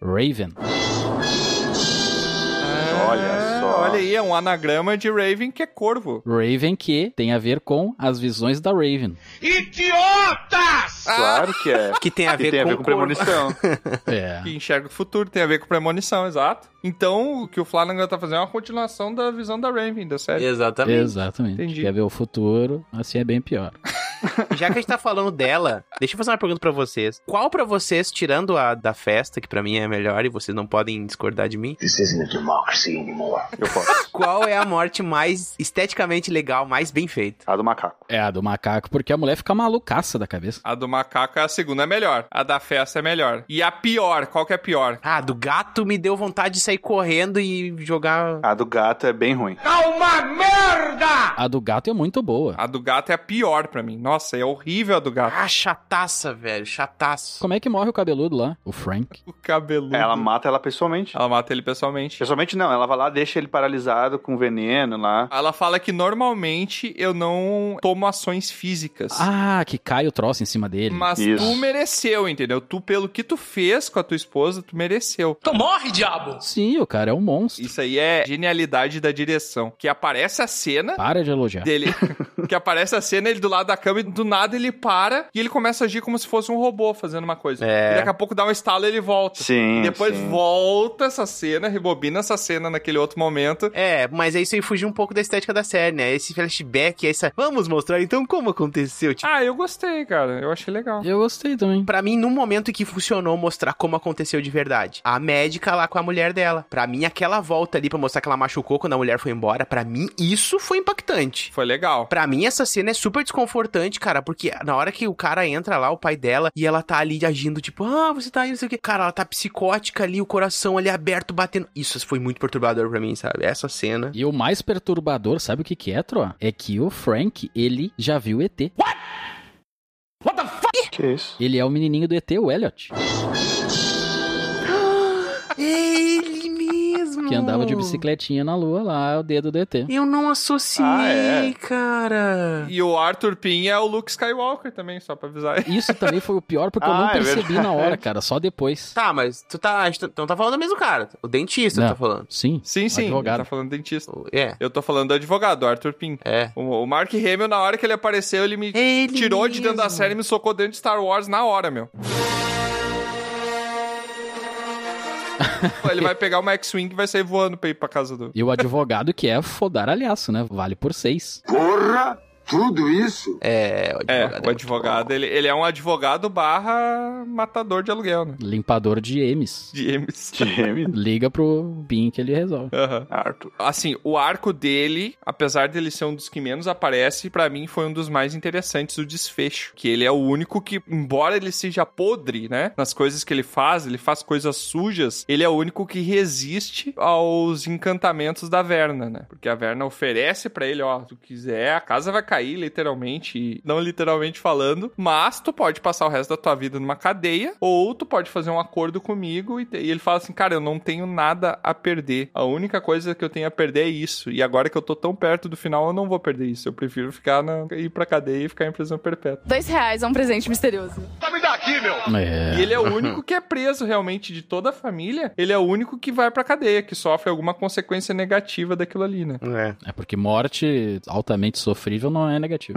Raven. Olha só. Olha aí, é um anagrama de Raven que é corvo. Raven que tem a ver com as visões da Raven. Idiotas! Claro que é. Que tem a ver que tem a com ver o com corpo. premonição. É. Que enxerga o futuro, tem a ver com premonição, exato. Então, o que o Flanagan tá fazendo é uma continuação da visão da Raven, da É. série. Exatamente. Exatamente. Entendi. Quer ver o futuro, assim é bem pior. Já que a gente tá falando dela, deixa eu fazer uma pergunta pra vocês. Qual pra vocês, tirando a da festa, que pra mim é a melhor e vocês não podem discordar de mim? This isn't a democracy anymore. Eu posso. Qual é a morte mais esteticamente legal, mais bem feita? A do macaco. É a do macaco, porque a mulher fica malucaça da cabeça. A do macaco é a segunda, é melhor. A da festa é melhor. E a pior, qual que é a pior? Ah, do gato me deu vontade de sair correndo e jogar. A do gato é bem ruim. É uma merda! A do gato é muito boa. A do gato é a pior pra mim. Nossa, é horrível a do gato. Ah, chataça, velho, chataço. Como é que morre o cabeludo lá? O Frank. O cabeludo. Ela mata ela pessoalmente. Ela mata ele pessoalmente. Pessoalmente não, ela vai lá, deixa ele paralisado com veneno lá. Ela fala que normalmente eu não tomo ações físicas. Ah, que cai o troço em cima dele. Mas Isso. tu mereceu, entendeu? Tu, pelo que tu fez com a tua esposa, tu mereceu. Então morre, diabo! Sim, o cara é um monstro. Isso aí é genialidade da direção. Que aparece a cena Para de elogiar. dele. que aparece a cena, ele do lado da cama e do nada ele para e ele começa a agir como se fosse um robô fazendo uma coisa. É. E daqui a pouco dá um estalo e ele volta. Sim. Depois sim. volta essa cena, rebobina essa cena naquele outro momento. É, mas é isso aí fugiu um pouco da estética da série, né? Esse flashback, essa. Vamos mostrar então como aconteceu. Tipo, Ah, eu gostei, cara. Eu achei legal. Eu gostei também. pra mim, no momento em que funcionou mostrar como aconteceu de verdade. A médica lá com a mulher dela. Pra mim, aquela volta ali pra mostrar que ela machucou quando a mulher foi embora, pra mim, isso foi impactante. Foi legal. Pra mim, essa cena é super desconfortante, cara, porque na hora que o cara entra lá, o pai dela, e ela tá ali agindo, tipo, ah, você tá aí, não sei o quê. Cara, ela tá psicótica ali, o coração ali aberto, batendo. Isso foi muito perturbador pra mim, sabe? Essa cena. E o mais perturbador, sabe o que que é, Troa? É que o Frank, ele já viu ET. Que isso? Ele é o menininho do ET, o Elliot. Ele mesmo! que andava Oh. de bicicletinha na lua lá, o dedo do ET. Eu não associei, Ah, é. cara. E o Arthur Pin é o Luke Skywalker também, só pra avisar. Isso também foi o pior, porque eu Ah, não é percebi na verdade. hora, cara, só depois. Tá, mas tu tá. a gente tá- Então tá falando do mesmo cara. O dentista Não. tá falando. Sim. Sim, sim, ele Advogado. tá falando dentista. É. Eu tô falando do advogado, o Arthur Pin. É. O, o Mark Hamill, na hora que ele apareceu, ele me Ele tirou de dentro da mesmo. série e me socou dentro de Star Wars na hora, meu. ele vai pegar uma X-Wing e vai sair voando pra ir pra casa do... E o advogado que é fodar alhaço, né? Vale por seis. Porra! Tudo isso? É, o É, advogado. o advogado, ele, ele é um advogado barra matador de aluguel, né? Limpador de M's. De M's. Liga pro Pin que ele resolve. Aham. Assim, o arco dele, apesar dele ser um dos que menos aparece, pra mim foi um dos mais interessantes, o desfecho. Que ele é o único que, embora ele seja podre, né? Nas coisas que ele faz, ele faz coisas sujas, ele é o único que resiste aos encantamentos da Verna, né? Porque a Verna oferece pra ele, ó, tu quiser, É, a casa vai cair, literalmente, e- não literalmente falando, mas tu pode passar o resto da tua vida numa cadeia, ou tu pode fazer um acordo comigo e, te- e ele fala assim, cara, eu não tenho nada a perder. A única coisa que eu tenho a perder é isso. E agora que eu tô tão perto do final, eu não vou perder isso. Eu prefiro ficar na, ir pra cadeia e ficar em prisão perpétua. Dois reais é um presente misterioso. Tá me daqui, meu! E ele é o único que é preso realmente de toda a família. Ele é o único que vai pra cadeia, que sofre alguma consequência negativa daquilo ali, né? É porque morte altamente sofrível não é negativo.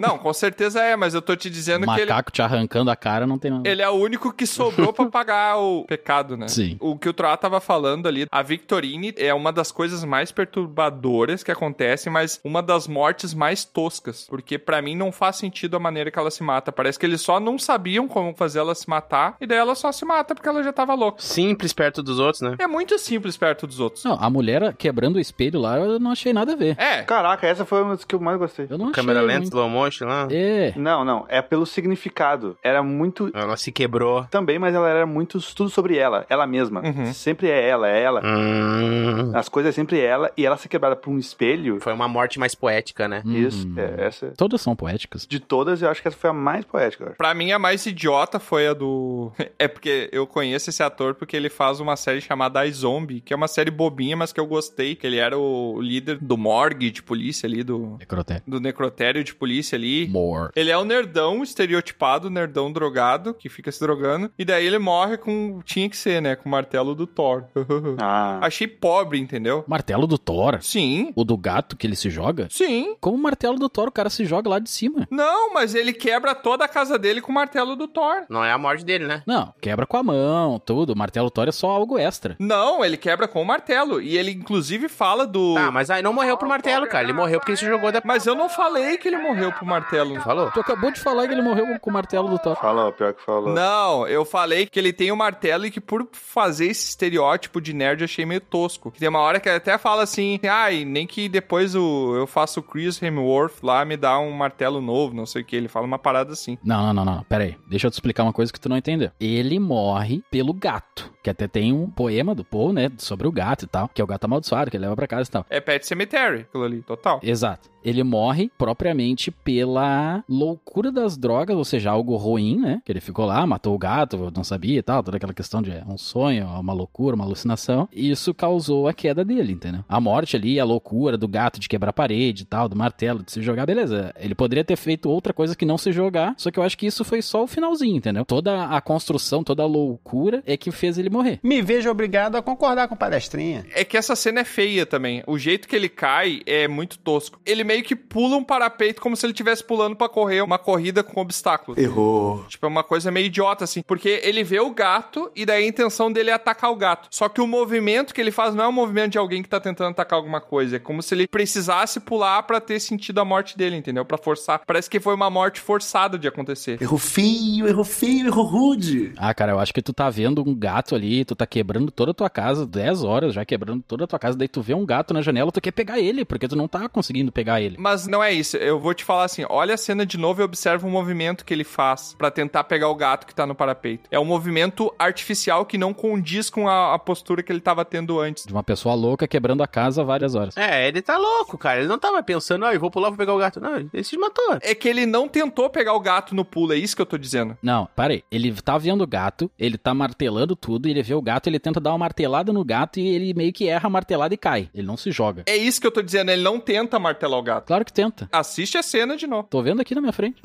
Não, com certeza é, mas eu tô te dizendo que ele, Macaco te arrancando a cara não tem nada. Ele é o único que sobrou pra pagar o pecado, né? Sim. O que o Troá tava falando ali, a Victorine é uma das coisas mais perturbadoras que acontece, mas uma das mortes mais toscas, porque pra mim não faz sentido a maneira que ela se mata. Parece que eles só não sabiam como fazer ela se matar e daí ela só se mata porque ela já tava louca. Simples perto dos outros, né? É muito simples perto dos outros. Não, a mulher quebrando o espelho lá, eu não achei nada a ver. É. Caraca, essa foi uma das que eu mais gostei. Eu não Câmera lenta, slow motion lá. É. Não, não. É pelo significado. Era muito. Ela se quebrou. Também, mas ela era muito tudo sobre ela, ela mesma. Uhum. Sempre é ela, é ela. Hum. As coisas é sempre ela e ela ser quebrada por um espelho. Foi uma morte mais poética, Uhum. né? Isso, é, essa. Hum. Todas são poéticas. De todas, eu acho que essa foi a mais poética. eu acho. Pra mim, a mais idiota foi a do. É porque eu conheço esse ator porque ele faz uma série chamada I Zombie, que é uma série bobinha, mas que eu gostei. Que ele era o líder do morgue de polícia ali, do. Necrotério. Do necrotério de polícia ali. More. Ele é um nerdão estereotipado, nerdão drogado, que fica se drogando. E daí ele morre com. Tinha que ser, né? Com o martelo do Thor. Uhum. Ah, Achei pobre, entendeu? Martelo do Thor? Sim. O do gato que ele se joga? Sim. Como o martelo do Thor, o cara se joga lá de cima. Não, mas ele quebra toda a casa dele com o martelo do Thor. Não é a morte dele, né? Não, quebra com a mão, tudo. O martelo do Thor é só algo extra. Não, ele quebra com o martelo. E ele, inclusive, fala do. Tá, mas aí não morreu pro martelo, cara. Ele morreu porque ele se jogou da. Mas eu não falei que ele morreu pro martelo. Não falou? Tu acabou de falar que ele morreu com o martelo do Thor. Falou, pior que falou. Não, eu falei que ele tem o martelo e que por fazer esse estereótipo de nerd eu achei meio tosco. Que Tem uma hora que ele até fala assim, ai, nem que depois o, eu faço o Chris Hemsworth lá me dá um martelo novo, não sei o que. Ele fala uma parada assim. Não, não, não, não, não. Pera aí. Deixa eu te explicar uma coisa que tu não entendeu. Ele morre pelo gato. Que até tem um poema do Paul, né? Sobre o gato e tal. Que é o gato amaldiçoado, que ele leva pra casa e tal. É Pet Cemetery, aquilo ali, total. Exato. Ele morre propriamente pela loucura das drogas, ou seja, algo ruim, né? Que ele ficou lá, matou o gato, não sabia e tal, toda aquela questão de é, um sonho, uma loucura, uma alucinação. E isso causou a queda dele, entendeu? A morte ali, a loucura do gato de quebrar a parede e tal, do martelo, de se jogar, beleza. Ele poderia ter feito outra coisa que não se jogar, só que eu acho que isso foi só o finalzinho, entendeu? Toda a construção, toda a loucura é que fez ele morrer. Me vejo obrigado a concordar com palestrinha. É que essa cena é feia também. O jeito que ele cai é muito tosco. Ele meio que pula um parapeito como se ele estivesse pulando pra correr uma corrida com obstáculos. Errou. Tipo, é uma coisa meio idiota, assim. Porque ele vê o gato e daí a intenção dele é atacar o gato. Só que o movimento que ele faz não é um movimento de alguém que tá tentando atacar alguma coisa. É como se ele precisasse pular pra ter sentido a morte dele, entendeu? Pra forçar. Parece que foi uma morte forçada de acontecer. Errou feio, errou feio, errou rude. Ah, cara, eu acho que tu tá vendo um gato ali, tu tá quebrando toda a tua casa, 10 horas já quebrando toda a tua casa, daí tu vê um gato na janela, tu quer pegar ele, porque tu não tá conseguindo pegar matar ele. Mas não é isso. Eu vou te falar assim: olha a cena de novo e observa o movimento que ele faz pra tentar pegar o gato que tá no parapeito. É um movimento artificial que não condiz com a, a postura que ele tava tendo antes. De uma pessoa louca quebrando a casa várias horas. É, ele tá louco, cara. Ele não tava pensando, ah, eu vou pular, vou pegar o gato. Não, ele se matou. É que ele não tentou pegar o gato no pulo, é isso que eu tô dizendo. Não, parei. Ele tá vendo o gato, ele tá martelando tudo, ele vê o gato, ele tenta dar uma martelada no gato e ele meio que erra a martelada e cai. Ele não se joga. É isso que eu tô dizendo, ele não tenta martelar o gato. Claro que tenta. Assiste a cena de novo. Tô vendo aqui na minha frente.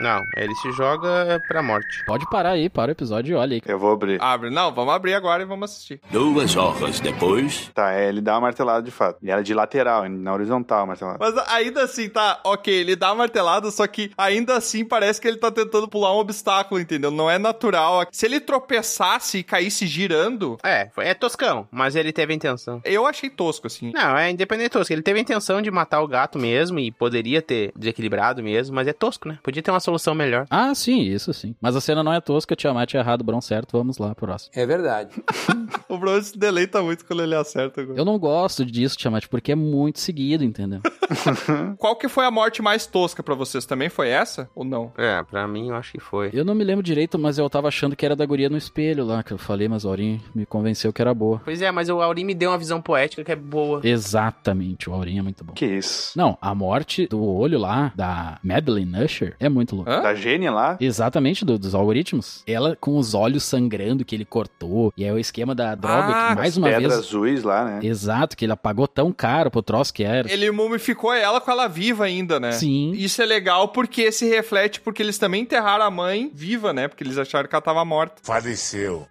Não, ele se joga pra morte. Pode parar aí, para o episódio e olha aí. Eu vou abrir. Abre. Não, vamos abrir agora e vamos assistir. Duas horas depois. Tá, é, ele dá uma martelada de fato. E era de lateral, na horizontal a martelada. Mas ainda assim, tá, ok, ele dá a martelada, só que ainda assim parece que ele tá tentando pular um obstáculo, entendeu? Não é natural. Se ele tropeçasse e caísse girando, É, foi- é toscão, mas ele teve a intenção. eu achei tosco, assim. Não, é independente tosco. Ele teve a intenção de matar o gato mesmo e poderia ter desequilibrado mesmo, mas é tosco, né? Podia ter uma solução melhor. Ah, sim, isso sim. Mas a cena não é tosca, Tiamat é errado, Bron certo. Vamos lá, próximo. É verdade. O Bruno se deleita muito quando ele acerta. Eu não gosto disso, Tiamat, porque é muito seguido, entendeu? Qual que foi a morte mais tosca pra vocês? Também foi essa? Ou não? É, pra mim eu acho que foi. Eu não me lembro direito, mas eu tava achando que era da guria no espelho lá, que eu falei, mas o Aurim me convenceu que era boa. Pois é, mas o Aurim me deu uma visão poética que é boa. Exatamente, o Aurim é muito bom. Que isso? Não, a morte do olho lá, da Madeline Usher, é muito louca. Hã? Da gênia lá? Exatamente, do- dos algoritmos. Ela com os olhos sangrando que ele cortou, e aí o esquema da droga, Ah, que mais as uma pedras vez... azuis lá, né? Exato, que ele apagou tão caro pro troço que era. Ele mumificou ela com ela viva ainda, né? Sim. Isso é legal porque se reflete porque eles também enterraram a mãe viva, né? Porque eles acharam que ela tava morta. Faleceu.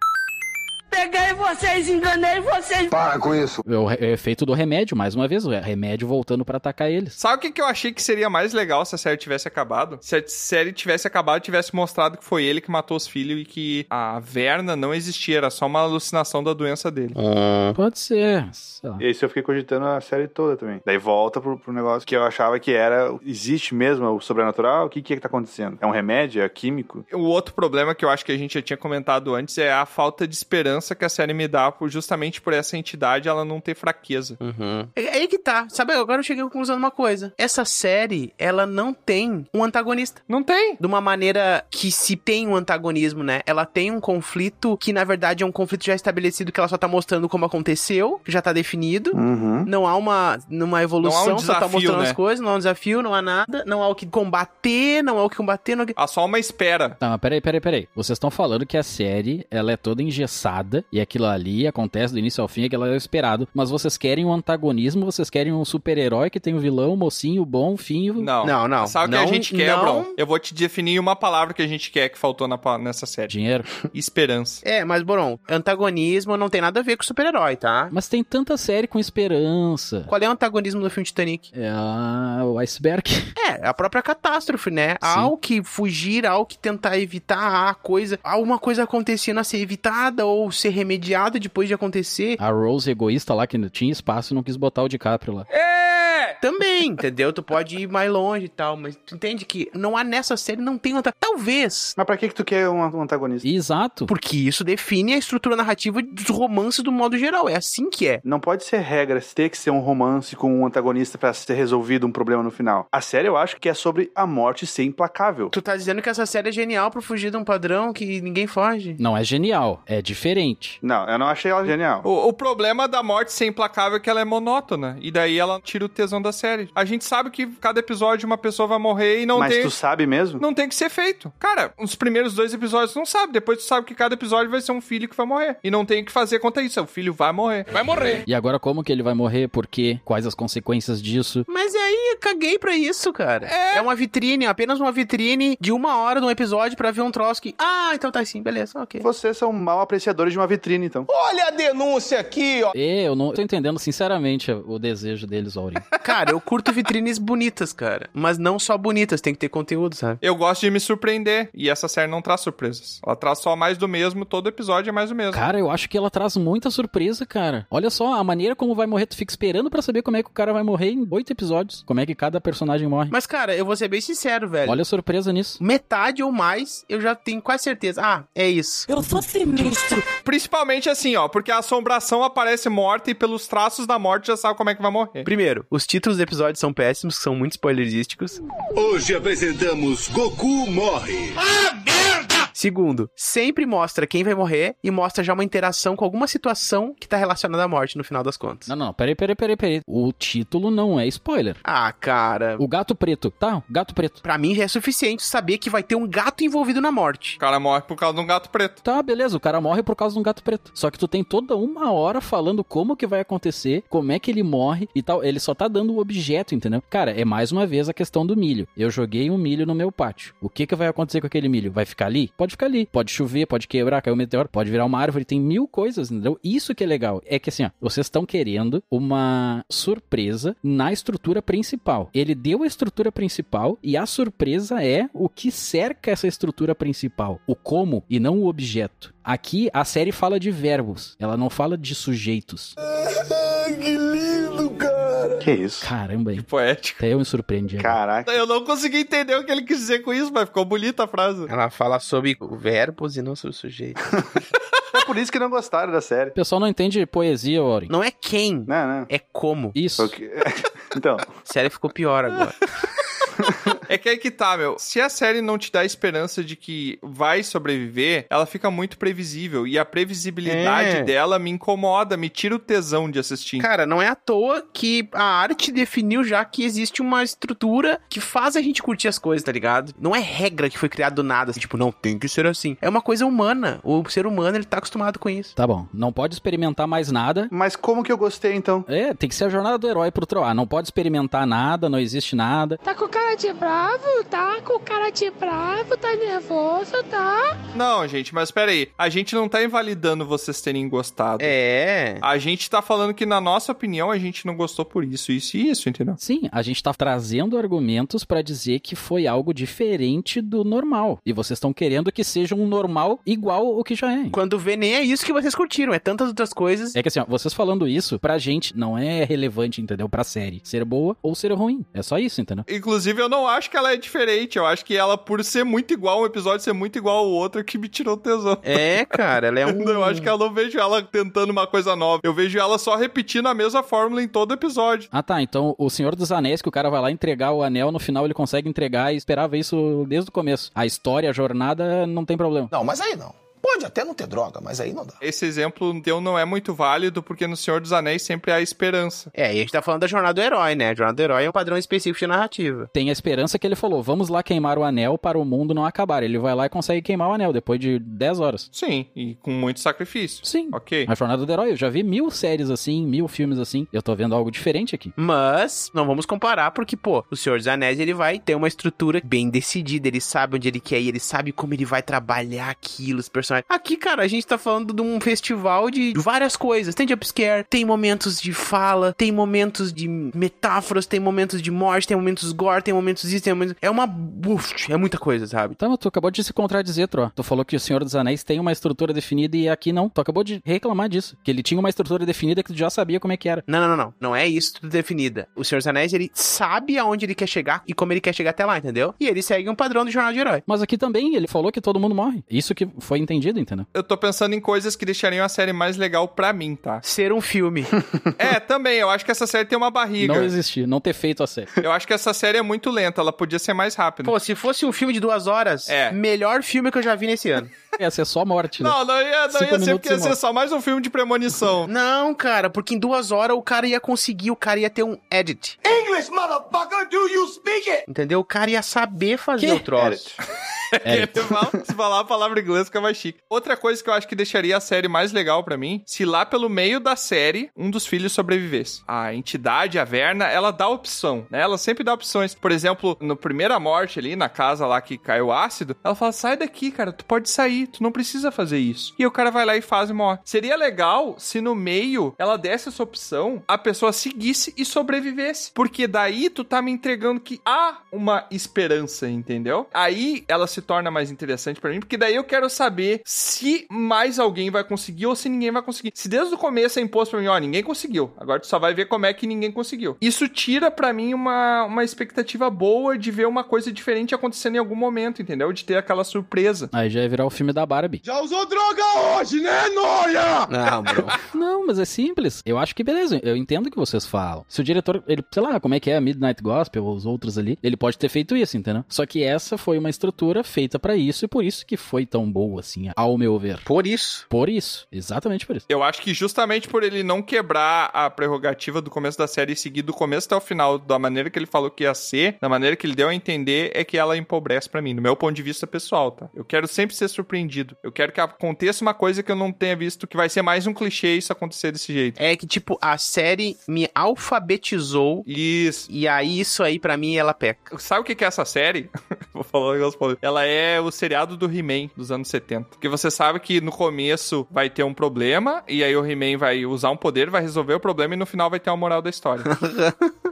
Peguei vocês, enganei vocês. Para com isso. É o, re- é o efeito do remédio, mais uma vez, o remédio voltando pra atacar eles. Sabe o que, que eu achei que seria mais legal se a série tivesse acabado? Se a série tivesse acabado, tivesse mostrado que foi ele que matou os filhos e que a Verna não existia, era só uma alucinação da doença dele. Ah. Pode ser, sei lá. Esse eu fiquei cogitando a série toda também. Daí volta pro, pro negócio que eu achava que era. Existe mesmo o sobrenatural? O que, que é que tá acontecendo? É um remédio? É químico? O outro problema que eu acho que a gente já tinha comentado antes é a falta de esperança que a série me dá por- justamente por essa entidade ela não ter fraqueza. Uhum. É é aí que tá. Sabe, agora eu cheguei à conclusão de uma coisa. Essa série, ela não tem um antagonista. Não tem. De uma maneira que se tem um antagonismo, né? Ela tem um conflito que, na verdade, é um conflito já estabelecido que ela só tá mostrando como aconteceu, que já tá definido. Uhum. Não há uma, numa evolução, Não há um só tá desafio, mostrando né? as coisas, não há um desafio, não há nada, não há o que combater, não há o que combater, não há o que... Há só uma espera. Tá, mas peraí, peraí, peraí. Vocês estão falando que a série, ela é toda engessada, e aquilo ali acontece do início ao fim, aquilo é o esperado. Mas vocês querem um antagonismo, vocês querem um super-herói que tem o vilão, o mocinho, o bom, o fim... o- Não. Não, não. Sabe o que a Não, gente quer, não. Bron? Eu vou te definir uma palavra que a gente quer que faltou na pa- nessa série. Dinheiro. Esperança. É, mas, Boron, antagonismo não tem nada a ver com super-herói, tá? Mas tem tanta série com esperança. Qual é o antagonismo do filme Titanic? É ah, o iceberg. É, a própria catástrofe, né? Sim. Ao que fugir, ao que tentar evitar a coisa, alguma coisa acontecendo a ser evitada ou ser remediada depois de acontecer. A Rose egoísta lá, que não tinha espaço e não quis botar o DiCaprio lá. Também, entendeu? Tu pode ir mais longe e tal, mas tu entende que não há nessa série, não tem outra. Talvez. Mas pra que, que tu quer um um antagonista? Exato. Porque isso define a estrutura narrativa dos romances do modo geral. É assim que é. Não pode ser regra ter que ser um romance com um antagonista pra ser resolvido um problema no final. A série eu acho que é sobre a morte ser implacável. Tu tá dizendo que essa série é genial pra fugir de um padrão que ninguém foge? Não é genial, é diferente. Não, eu não achei ela genial. O, o problema da morte ser implacável é que ela é monótona. E daí ela tira o tesão da série. A gente sabe que cada episódio uma pessoa vai morrer e não Mas tem. tu sabe mesmo? Não tem que ser feito. Cara, os primeiros dois episódios tu não sabe. Depois tu sabe que cada episódio vai ser um filho que vai morrer. E não tem o que fazer contra isso. O filho vai morrer. Vai morrer. E agora como que ele vai morrer? Por quê? Quais as consequências disso? Mas aí, eu caguei pra isso, cara. É. uma vitrine, apenas uma vitrine de uma hora de um episódio pra ver um troço que. Ah, então tá assim, beleza, ok. Vocês são mal apreciadores de uma vitrine, então. Olha a denúncia aqui, ó. É, eu não tô entendendo sinceramente o desejo deles, Aurim. Cara, eu curto vitrines bonitas, cara. Mas não só bonitas, tem que ter conteúdo, sabe? Eu gosto de me surpreender. E essa série não traz surpresas. Ela traz só mais do mesmo. Todo episódio é mais do mesmo. Cara, eu acho que ela traz muita surpresa, cara. Olha só, a maneira como vai morrer, tu fica esperando pra saber como é que o cara vai morrer em oito episódios. Como como é que cada personagem morre. Mas, cara, eu vou ser bem sincero, velho. Olha a surpresa nisso. Metade ou mais, eu já tenho quase certeza. Ah, é isso. Eu sou sinistro. Principalmente assim, ó, porque a assombração aparece morta e pelos traços da morte já sabe como é que vai morrer. Primeiro, os títulos do episódio são péssimos, que são muito spoilerísticos. Hoje apresentamos Goku Morre. Segundo, sempre mostra quem vai morrer e mostra já uma interação com alguma situação que tá relacionada à morte no final das contas. Não, não, peraí, peraí, peraí, peraí. O título não é spoiler. Ah, cara. O gato preto, tá? O gato preto. Pra mim já é suficiente saber que vai ter um gato envolvido na morte. O cara morre por causa de um gato preto. Tá, beleza, o cara morre por causa de um gato preto. Só que tu tem toda uma hora falando como que vai acontecer, como é que ele morre e tal. Ele só tá dando o objeto, entendeu? Cara, é mais uma vez a questão do milho. Eu joguei um milho no meu pátio. O que que vai acontecer com aquele milho? Vai ficar ali? Pode ficar ali. Pode chover, pode quebrar, caiu um meteoro, pode virar uma árvore, tem mil coisas, entendeu? Isso que é legal. É que assim, ó, vocês estão querendo uma surpresa na estrutura principal. Ele deu a estrutura principal e a surpresa é o que cerca essa estrutura principal. O como e não o objeto. Aqui a série fala de verbos, ela não fala de sujeitos. que lindo, cara. Que isso? Caramba, aí. Poético. até eu me surpreendi. agora. Caraca. Eu não consegui entender o que ele quis dizer com isso, mas ficou bonita a frase. Ela fala sobre verbos e não sobre sujeito. É por isso que não gostaram da série. O pessoal não entende poesia, Ori. não é quem, Não, não. é como. Isso. Foi o que- Então, A série ficou pior agora. É que aí que tá, meu. Se a série não te dá esperança de que vai sobreviver, ela fica muito previsível. E a previsibilidade É. dela me incomoda, me tira o tesão de assistir. Cara, não é à toa que a arte definiu já que existe uma estrutura que faz a gente curtir as coisas, tá ligado? Não é regra que foi criado do nada, assim, tipo, não, tem que ser assim. É uma coisa humana. O ser humano, ele tá acostumado com isso. Tá bom, não pode experimentar mais nada. mas como que eu gostei então? É, tem que ser a jornada do herói pro Troar. Não pode experimentar nada, não existe nada. Tá com cara de bravo? Tá com cara de bravo? Tá nervoso? Tá? Não, gente, mas pera aí. A gente não tá invalidando vocês terem gostado. É. A gente tá falando que, na nossa opinião, a gente não gostou por isso, isso e isso, entendeu? Sim, a gente tá trazendo argumentos pra dizer que foi algo diferente do normal. E vocês estão querendo que seja um normal igual o que já é. Quando vê, nem é isso que vocês curtiram, é tantas outras coisas. É que assim, ó, vocês falando isso, pra gente não é relevante, entendeu? Pra série ser boa ou ser ruim. É só isso, entendeu? Inclusive, eu não acho que ela é diferente. Eu acho que ela, por ser muito igual, um episódio ser muito igual ao outro, que me tirou o tesão. É, cara, ela é um... Eu acho que eu não vejo ela tentando uma coisa nova. Eu vejo ela só repetindo a mesma fórmula em todo episódio. Ah tá, então o Senhor dos Anéis, que o cara vai lá entregar o anel, no final ele consegue entregar e esperava isso desde o começo. A história, a jornada, não tem problema. Não, mas aí não. Pode até não ter droga, mas aí não dá. Esse exemplo teu não é muito válido, porque no Senhor dos Anéis sempre há esperança. É, e a gente tá falando da jornada do herói, né? A jornada do herói é um padrão específico de narrativa. Tem a esperança que ele falou, vamos lá queimar o anel para o mundo não acabar. Ele vai lá e consegue queimar o anel depois de 10 horas. Sim, e com muito sacrifício. Sim. Ok. A Jornada do Herói, eu já vi mil séries assim, mil filmes assim. Eu tô vendo algo diferente aqui. Mas não vamos comparar porque, pô, o Senhor dos Anéis ele vai ter uma estrutura bem decidida, ele sabe onde ele quer ir, ele sabe como ele vai trabalhar aquilo, os personagens. Aqui, cara, a gente tá falando de um festival de várias coisas. Tem jumpscare, tem momentos de fala, tem momentos de metáforas, tem momentos de morte, tem momentos gore, tem momentos isso, tem momentos... É uma... Uf, é muita coisa, sabe? Tá, mas tu acabou de se contradizer, Tro. Tu falou que o Senhor dos Anéis tem uma estrutura definida e aqui não. Tu acabou de reclamar disso. Que ele tinha uma estrutura definida que tu já sabia como é que era. Não, não, não, não. Não é isso tudo definida. O Senhor dos Anéis, ele sabe aonde ele quer chegar e como ele quer chegar até lá, entendeu? E ele segue um padrão do jornal de herói. Mas aqui também ele falou que todo mundo morre. Isso que foi entendido, entendeu? Eu tô pensando em coisas que deixariam a série mais legal pra mim, tá? Ser um filme. é, também, eu acho que essa série tem uma barriga. Não existir, não ter feito a série. Eu acho que essa série é muito lenta, ela podia ser mais rápida. Pô, se fosse um filme de duas horas, É. melhor filme que eu já vi nesse ano. Ia ser só morte, né? Não, não ia, não Cinco ia ser minutos é porque ia e ser morre. só mais um filme de premonição. Não, cara, porque em duas horas o cara ia conseguir, o cara ia ter um edit. English, motherfucker, do you speak it? Entendeu? O cara ia saber fazer Que? o troço. Edit. É. Ele fala- Se falar a palavra inglesa fica mais chique. Outra coisa que eu acho que deixaria a série mais legal pra mim, se lá pelo meio da série, um dos filhos sobrevivesse. A entidade, a Verna, ela dá opção, né? Ela sempre dá opções. Por exemplo, no Primeira Morte ali, na casa lá que caiu ácido, ela fala, sai daqui, cara, tu pode sair, tu não precisa fazer isso. E o cara vai lá e faz e morre. Seria legal se no meio ela desse essa opção, a pessoa seguisse e sobrevivesse. Porque daí tu tá me entregando que há uma esperança, entendeu? Aí ela se se torna mais interessante pra mim, porque daí eu quero saber se mais alguém vai conseguir ou se ninguém vai conseguir. Se desde o começo é imposto pra mim, ó, ninguém conseguiu, agora tu só vai ver como é que ninguém conseguiu. Isso tira pra mim uma, uma expectativa boa de ver uma coisa diferente acontecendo em algum momento, entendeu? De ter aquela surpresa. Aí já ia virar o filme da Barbie. Já usou droga hoje, né, Noia? Não, bro. Não, mas é simples. Eu acho que beleza, eu entendo o que vocês falam. Se o diretor, ele, sei lá, como é que é, Midnight Gospel ou os outros ali, ele pode ter feito isso, entendeu? Só que essa foi uma estrutura feita pra isso e por isso que foi tão boa, assim, ao meu ver. Por isso. Por isso, exatamente por isso. Eu acho que justamente por ele não quebrar a prerrogativa do começo da série e seguir do começo até o final, da maneira que ele falou que ia ser, da maneira que ele deu a entender, é que ela empobrece pra mim, no meu ponto de vista pessoal, tá? Eu quero sempre ser surpreendido. Eu quero que aconteça uma coisa que eu não tenha visto, que vai ser mais um clichê isso acontecer desse jeito. É que, tipo, a série me alfabetizou Isso. e aí isso aí pra mim ela peca. Sabe o que que é essa série? Vou falar um negócio polêmico. Ela é o seriado do He-Man dos anos 70. Porque você sabe que no começo vai ter um problema, e aí o He-Man vai usar um poder, vai resolver o problema, e no final vai ter uma moral da história.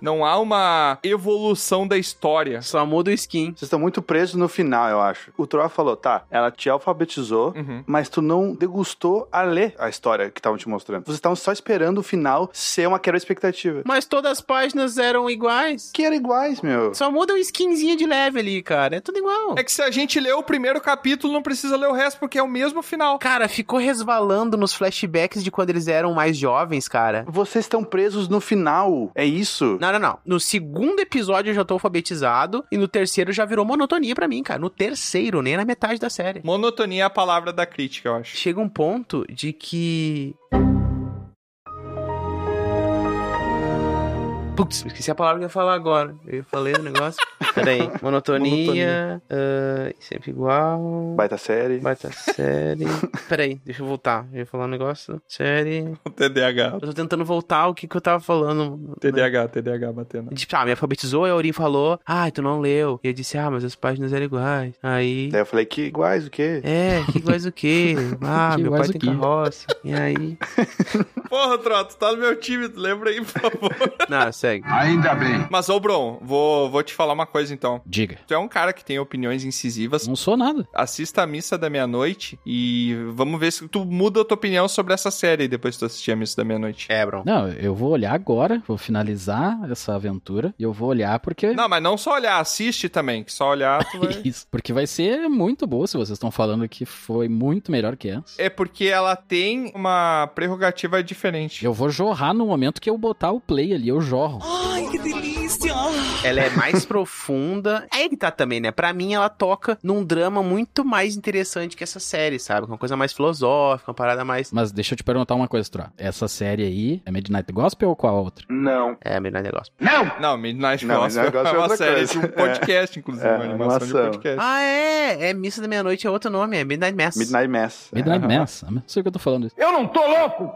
Não há uma evolução da história. Só muda o skin. Vocês estão muito presos no final, eu acho. O Troa falou, tá, ela te alfabetizou, Uhum. mas tu não degustou a ler a história que estavam te mostrando. Vocês estavam só esperando o final ser uma quebra de expectativa. Mas todas as páginas eram iguais. Que eram iguais, meu. Só muda um skinzinho de leve ali, cara. É tudo igual. É que se a gente lê o primeiro capítulo, não precisa ler o resto, porque é o mesmo final. Cara, ficou resvalando nos flashbacks de quando eles eram mais jovens, cara. Vocês estão presos no final. É isso. Não, não, não. No segundo episódio eu já tô alfabetizado e no terceiro já virou monotonia pra mim, cara. No terceiro, nem na metade da série. Monotonia é a palavra da crítica, eu acho. Chega um ponto de que Putz, esqueci a palavra que eu ia falar agora. Eu falei o negócio. Peraí. Monotonia. ah, sempre igual. Baita série. Baita série. Peraí, deixa eu voltar. Eu ia falar um negócio. Série. O TDAH. Eu tô tentando voltar o que, que eu tava falando. TDAH, TDAH batendo. Tipo, ah, me alfabetizou, a Aurim falou, ah, tu não leu. E eu disse, ah, mas as páginas eram iguais. Aí. Daí eu falei, que iguais o quê? É, que iguais o quê? Ah, Que meu iguais pai o tem quê? carroça. E aí. Porra, Troto, tá no meu time, tu lembra aí, por favor. Não, segue. Ainda bem. Mas, ô, Bron, vou, vou te falar uma coisa então. Diga. Tu é um cara que tem opiniões incisivas. Não sou nada. Assista a missa da meia-noite e vamos ver se tu muda a tua opinião sobre essa série depois que tu assistir a missa da meia-noite. É, bro. Não, eu vou olhar agora, vou finalizar essa aventura e eu vou olhar porque é Não, mas não só olhar, assiste também, que só olhar tu vai. Isso, porque vai ser muito boa se vocês estão falando que foi muito melhor que essa. É porque ela tem uma prerrogativa diferente. Eu vou jorrar no momento que eu botar o play ali, eu jorro. Ela é mais profunda. Aí que tá também, né? Pra mim, ela toca num drama muito mais interessante que essa série, sabe? Uma coisa mais filosófica, uma parada mais. Mas deixa eu te perguntar uma coisa, Tro. Essa série aí é Midnight Gospel ou qual a outra? Não. É, melhor negócio. Não, Midnight Não, Gospel Midnight Gospel é é uma outra série coisa. de um podcast, inclusive, É, uma animação de animação. podcast. Ah, é! É Missa da Meia-Noite, é outro nome, é Midnight Mass. Midnight Mass. Midnight Mass. Ah, Não sei o que eu tô falando. isso. Eu não tô louco!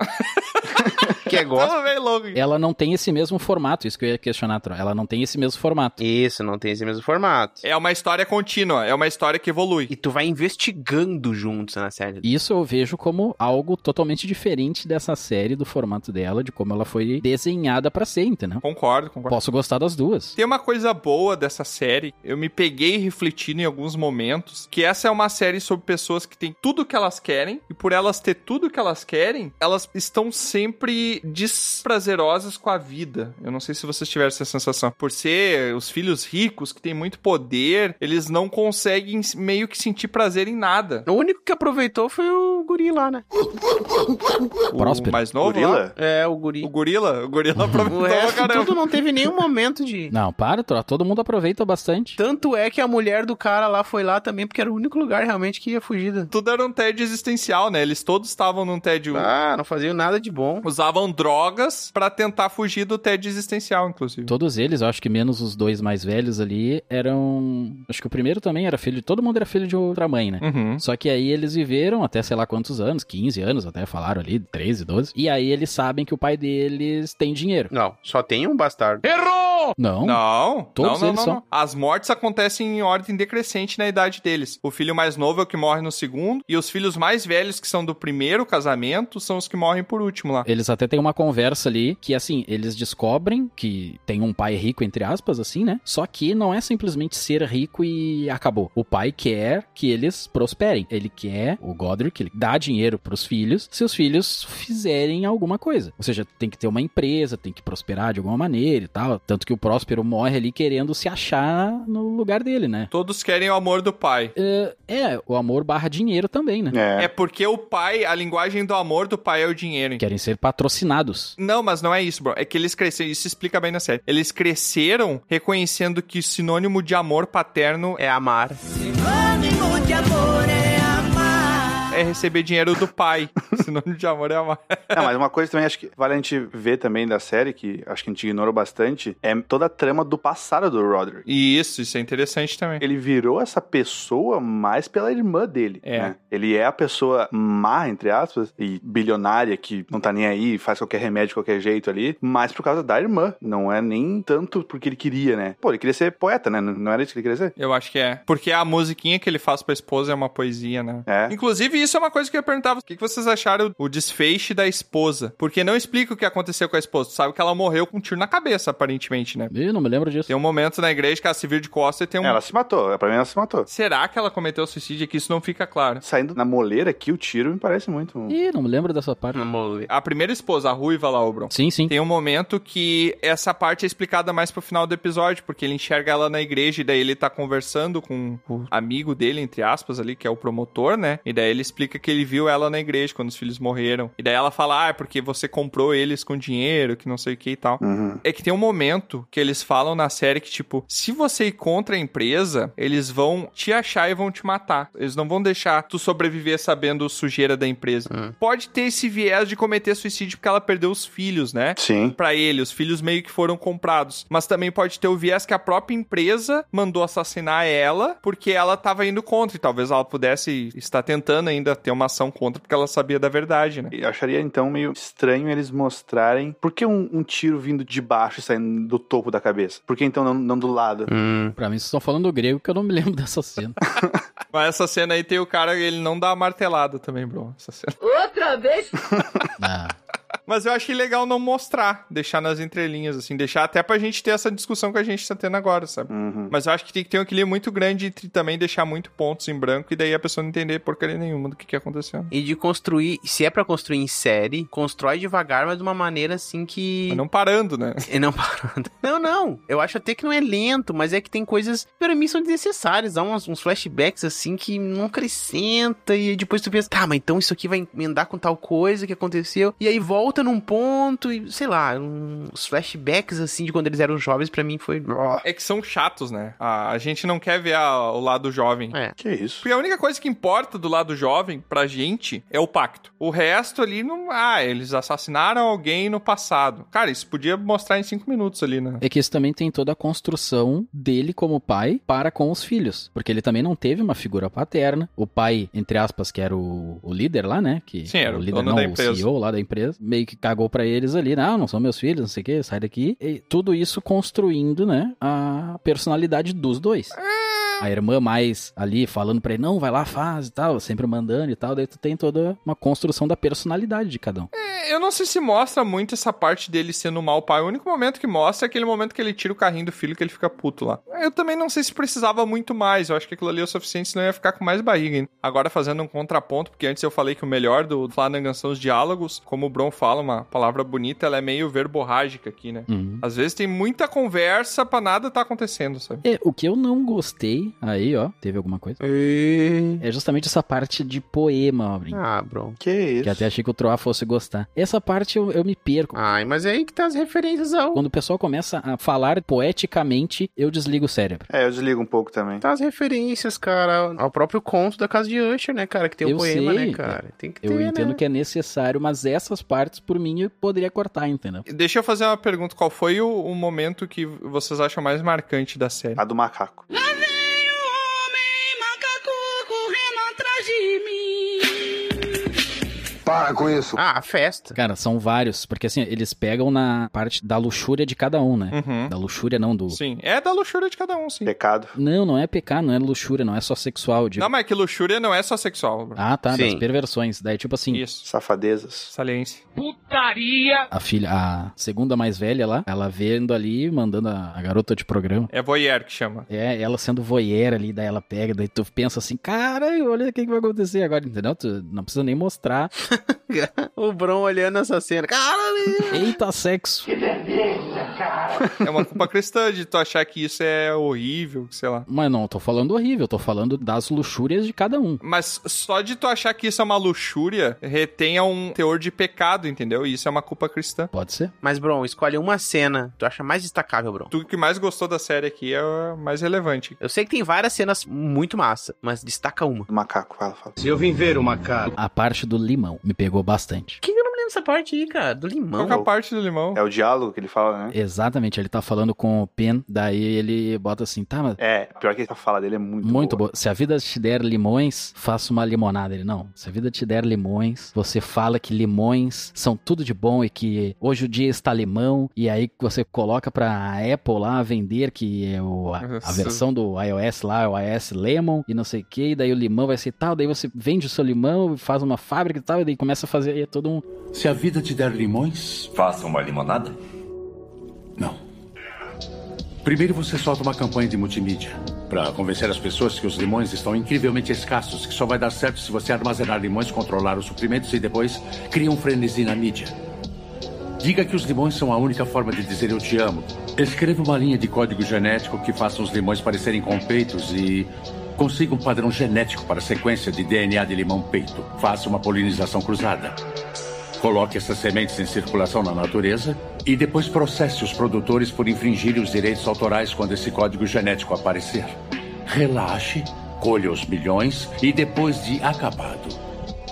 Que é Ah, gospel. tá Tamo bem louco. Ela não tem esse mesmo formato, isso que eu ia questionar, Tro. Ela não tem esse mesmo formato. Isso, não tem esse mesmo formato. É uma história contínua, é uma história que evolui. E tu vai investigando juntos na série. Isso eu vejo como algo totalmente diferente dessa série, do formato dela, de como ela foi desenhada pra ser, entendeu? Concordo, concordo. Posso gostar das duas. Tem uma coisa boa dessa série, eu me peguei refletindo em alguns momentos, que essa é uma série sobre pessoas que têm tudo que elas querem, e por elas ter tudo que elas querem, elas estão sempre desprazerosas com a vida. Eu não sei se vocês tiveram essa sensação. Por ser os filhos ricos, que têm muito poder, eles não conseguem meio que sentir prazer em nada. O único que aproveitou foi o guri lá, né? Próspero. O mais novo lá? Gorila? É, o guri. O gorila? O gorila aproveitou O pra resto caramba. tudo não teve nenhum momento de... Não, para, Tro. Todo mundo aproveita bastante. Tanto é que a mulher do cara lá foi lá também, porque era o único lugar realmente que ia fugida. Tudo era um tédio existencial, né? Eles todos estavam num tédio Ah, não fazia nada de bom. usavam drogas pra tentar fugir do tédio existencial, inclusive. Todos eles, eu acho que menos os dois mais velhos ali, eram. Acho que o primeiro também era filho. Todo mundo era filho de outra mãe, né? Uhum. Só que aí eles viveram até sei lá quantos anos, 15 anos até falaram ali, 13, 12. E aí eles sabem que o pai deles tem dinheiro. Não, só tem um bastardo. Não. Não, não, Todos não, eles não, são. não. As mortes acontecem em ordem decrescente na idade deles. O filho mais novo é o que morre no segundo, e os filhos mais velhos, que são do primeiro casamento, são os que morrem por último lá. Eles até tem uma conversa ali que, assim, eles descobrem que tem um pai rico, entre aspas, assim, né? Só que não é simplesmente ser rico e acabou. O pai quer que eles prosperem. Ele quer, o Godric, ele dá dinheiro pros filhos se os filhos fizerem alguma coisa. Ou seja, tem que ter uma empresa, tem que prosperar de alguma maneira e tal. Tanto que o Próspero morre ali querendo se achar no lugar dele, né? Todos querem o amor do pai. É, é, o amor barra dinheiro também, né? É. porque o pai, a linguagem do amor do pai é o dinheiro. Querem ser patrocinados. Não, mas não é isso, bro. É que eles cresceram, isso explica bem na série. Eles cresceram reconhecendo que o sinônimo de amor paterno é amar. Sinônimo de amor é amar. É receber dinheiro do pai. sinônimo de amor é amar. Não, mas uma coisa também acho que vale a gente ver também da série, que acho que a gente ignorou bastante, é toda a trama do passado do Roderick. E isso, isso é interessante também. Ele virou essa pessoa mais pela irmã dele. É. né? Ele é a pessoa má, entre aspas, e bilionária que não tá nem aí, faz qualquer remédio de qualquer jeito ali, mas por causa da irmã. Não é nem tanto porque ele queria, né? Pô, ele queria ser poeta, né? Não não era isso que ele queria ser? Eu acho que é. Porque a musiquinha que ele faz pra esposa é uma poesia, né? É. Inclusive, isso é uma coisa que eu perguntava. O que que vocês acharam o desfeche da esposa? Porque não explica o que aconteceu com a esposa. Tu sabe que ela morreu com um tiro na cabeça, aparentemente, né? Eu não me lembro disso. Tem um momento na igreja que ela se vira de costas e tem um... Ela se matou. Pra mim, ela se matou. Será que ela cometeu suicídio? É que isso não fica claro. Saindo na moleira aqui, o tiro me parece muito. um- Ih, não me lembro dessa parte. A primeira esposa, a ruiva lá, Obron. Sim, sim. Tem um momento que essa parte é explicada mais pro final do episódio, porque ele enxerga ela na igreja e daí ele tá conversando com o amigo dele, entre aspas, ali, que é o promotor, né? E daí ele explica que ele viu ela na igreja quando os filhos morreram. E daí ela fala, ah, é porque você comprou eles com dinheiro, que não sei o que e tal. Uhum. É que tem um momento que eles falam na série que, tipo, se você ir contra a empresa, eles vão te achar e vão te matar. Eles não vão deixar tu sobreviver sabendo sujeira da empresa. Pode ter esse viés de cometer suicídio porque ela perdeu os filhos, né? Sim. Pra ele, os filhos meio que foram comprados. Mas também pode ter o viés que a própria empresa mandou assassinar ela porque ela tava indo contra. E talvez ela pudesse estar tentando ainda ter uma ação contra porque ela sabia da verdade, né? Eu acharia então meio estranho eles mostrarem por que um, um tiro vindo de baixo e saindo do topo da cabeça. Por que então não, não do lado? Hum. Pra mim, vocês estão falando grego que eu não me lembro dessa cena. Ah. Mas essa cena aí tem o cara, ele não dá a martelada também, bro. Essa cena. Outra vez? Ah, Mas eu achei legal não mostrar, deixar nas entrelinhas, assim, deixar até pra gente ter essa discussão que a gente tá tendo agora, sabe? Uhum. Mas eu acho que tem que ter um equilíbrio muito grande entre também deixar muito pontos em branco e daí a pessoa não entender porcaria nenhuma do que que aconteceu. E de construir, se é pra construir em série, constrói devagar, mas de uma maneira assim que. Mas não parando, né? E não parando. Não, não. Eu acho até que não é lento, mas é que tem coisas que pra mim são desnecessárias. Dá uns, uns flashbacks assim que não acrescenta. E depois tu pensa, tá, mas então isso aqui vai emendar com tal coisa que aconteceu. E aí volta num ponto e, sei lá, uns flashbacks assim de quando eles eram jovens, pra mim foi. É que são chatos, né? A, a gente não quer ver a- o lado jovem. É. Que isso? Porque a única coisa que importa do lado jovem pra gente é o pacto. O resto ali não. Ah, eles assassinaram alguém no passado. Cara, isso podia mostrar em cinco minutos ali, né? É que isso também tem toda a construção dele como pai para com os filhos. Porque ele também não teve uma figura paterna. O pai, entre aspas, que era o, o líder lá, né? Que, Sim, era o líder dono não, da o empresa. CEO lá da empresa. Meio que cagou pra eles ali. Não, não são meus filhos, não sei o que, sai daqui. E tudo isso construindo, né? A personalidade dos dois. A irmã mais ali falando pra ele, não, vai lá, faz e tal, sempre mandando e tal. Daí tu tem toda uma construção da personalidade de cada um. Eu não sei se mostra muito essa parte dele sendo um mau pai. O único momento que mostra é aquele momento que ele tira o carrinho do filho que ele fica puto lá. Eu também não sei se precisava muito mais. Eu acho que aquilo ali é o suficiente, senão eu ia ficar com mais barriga. Hein? Agora fazendo um contraponto, porque antes eu falei que o melhor do Flanagan são os diálogos. Como o Bron fala, uma palavra bonita, ela é meio verborrágica aqui, né? Uhum. Às vezes tem muita conversa pra nada tá acontecendo, sabe? É, o que eu não gostei, aí, ó, teve alguma coisa? É justamente essa parte de poema, Obrin. Ah, bro. Que isso? Que até achei que o Troá fosse gostar. Essa parte eu, eu me perco. Ah. Ai, mas é aí que tá as referências ao. Quando o pessoal começa a falar poeticamente, eu desligo o cérebro. É, eu desligo um pouco também. Tá as referências, cara, ao próprio conto da casa de Usher, né, cara? Que tem o Eu poema, sei. né, cara? Tem que ter. Eu entendo né? que é necessário, mas essas partes, por mim, eu poderia cortar, entendeu? Deixa eu fazer uma pergunta. Qual foi o, o momento que vocês acham mais marcante da série? A do macaco. Hum. Homem macaco correndo atrás de mim. Para com isso. Ah, a festa. Cara, são vários, porque assim, eles pegam na parte da luxúria de cada um, né? Uhum. Da luxúria não do. Sim, é da luxúria de cada um, sim. Pecado. Não, não é pecar, não é luxúria, não é só sexual. eu digo. Não, mas que luxúria não é só sexual. Bruno. Ah, tá, das Sim. perversões. Daí, tipo assim. Isso. Safadezas. Saliência. Putaria. A filha, a segunda mais velha lá, ela vendo ali, mandando a, a garota de programa. É voyeur que chama. É, ela sendo voyeur ali, daí ela pega, daí tu pensa assim, caralho, olha o que, que vai acontecer agora, entendeu? Tu não precisa nem mostrar. o Bron olhando essa cena. Caralho! Eita, sexo. É uma culpa cristã de tu achar que isso é horrível, sei lá. Mas não, eu tô falando horrível, eu tô falando das luxúrias de cada um. Mas só de tu achar que isso é uma luxúria, retenha um teor de pecado, entendeu? E isso é uma culpa cristã. Pode ser? Mas, Bron, escolhe uma cena que tu acha mais destacável, Bron. Tu que mais gostou da série aqui é o mais relevante. Eu sei que tem várias cenas muito massa, mas destaca uma. Macaco, fala, fala. Se eu vim ver o macaco. A parte do limão me pegou bastante. Por que eu não me lembro dessa parte aí, cara? Do Qual limão. que é a parte do limão? É o diálogo que ele fala, né? Exatamente, ele tá falando com o Pen, daí ele bota assim, tá, mas É, pior que a fala dele é muito, muito boa. boa. Se a vida te der limões, faça uma limonada. Ele, não, se a vida te der limões, você fala que limões são tudo de bom e que hoje o dia está limão, e aí você coloca pra Apple lá vender que é o, a, a Nossa. versão do iOS lá, é o iOS Lemon, e não sei o que, e daí o limão vai ser tal, daí você vende o seu limão, faz uma fábrica e tal, e daí começa a fazer aí é todo um... Se a vida te der limões, Faça uma limonada? não. Primeiro você solta uma campanha de multimídia para convencer as pessoas que os limões estão incrivelmente escassos, que só vai dar certo se você armazenar limões, controlar os suprimentos e depois cria um frenesi na mídia. Diga que os limões são a única forma de dizer eu te amo. Escreva uma linha de código genético que faça os limões parecerem com peitos e consiga um padrão genético para a sequência de DNA de limão peito. Faça uma polinização cruzada. Coloque essas sementes em circulação na natureza e depois processe os produtores por infringirem os direitos autorais quando esse código genético aparecer. Relaxe, colha os milhões e depois de acabado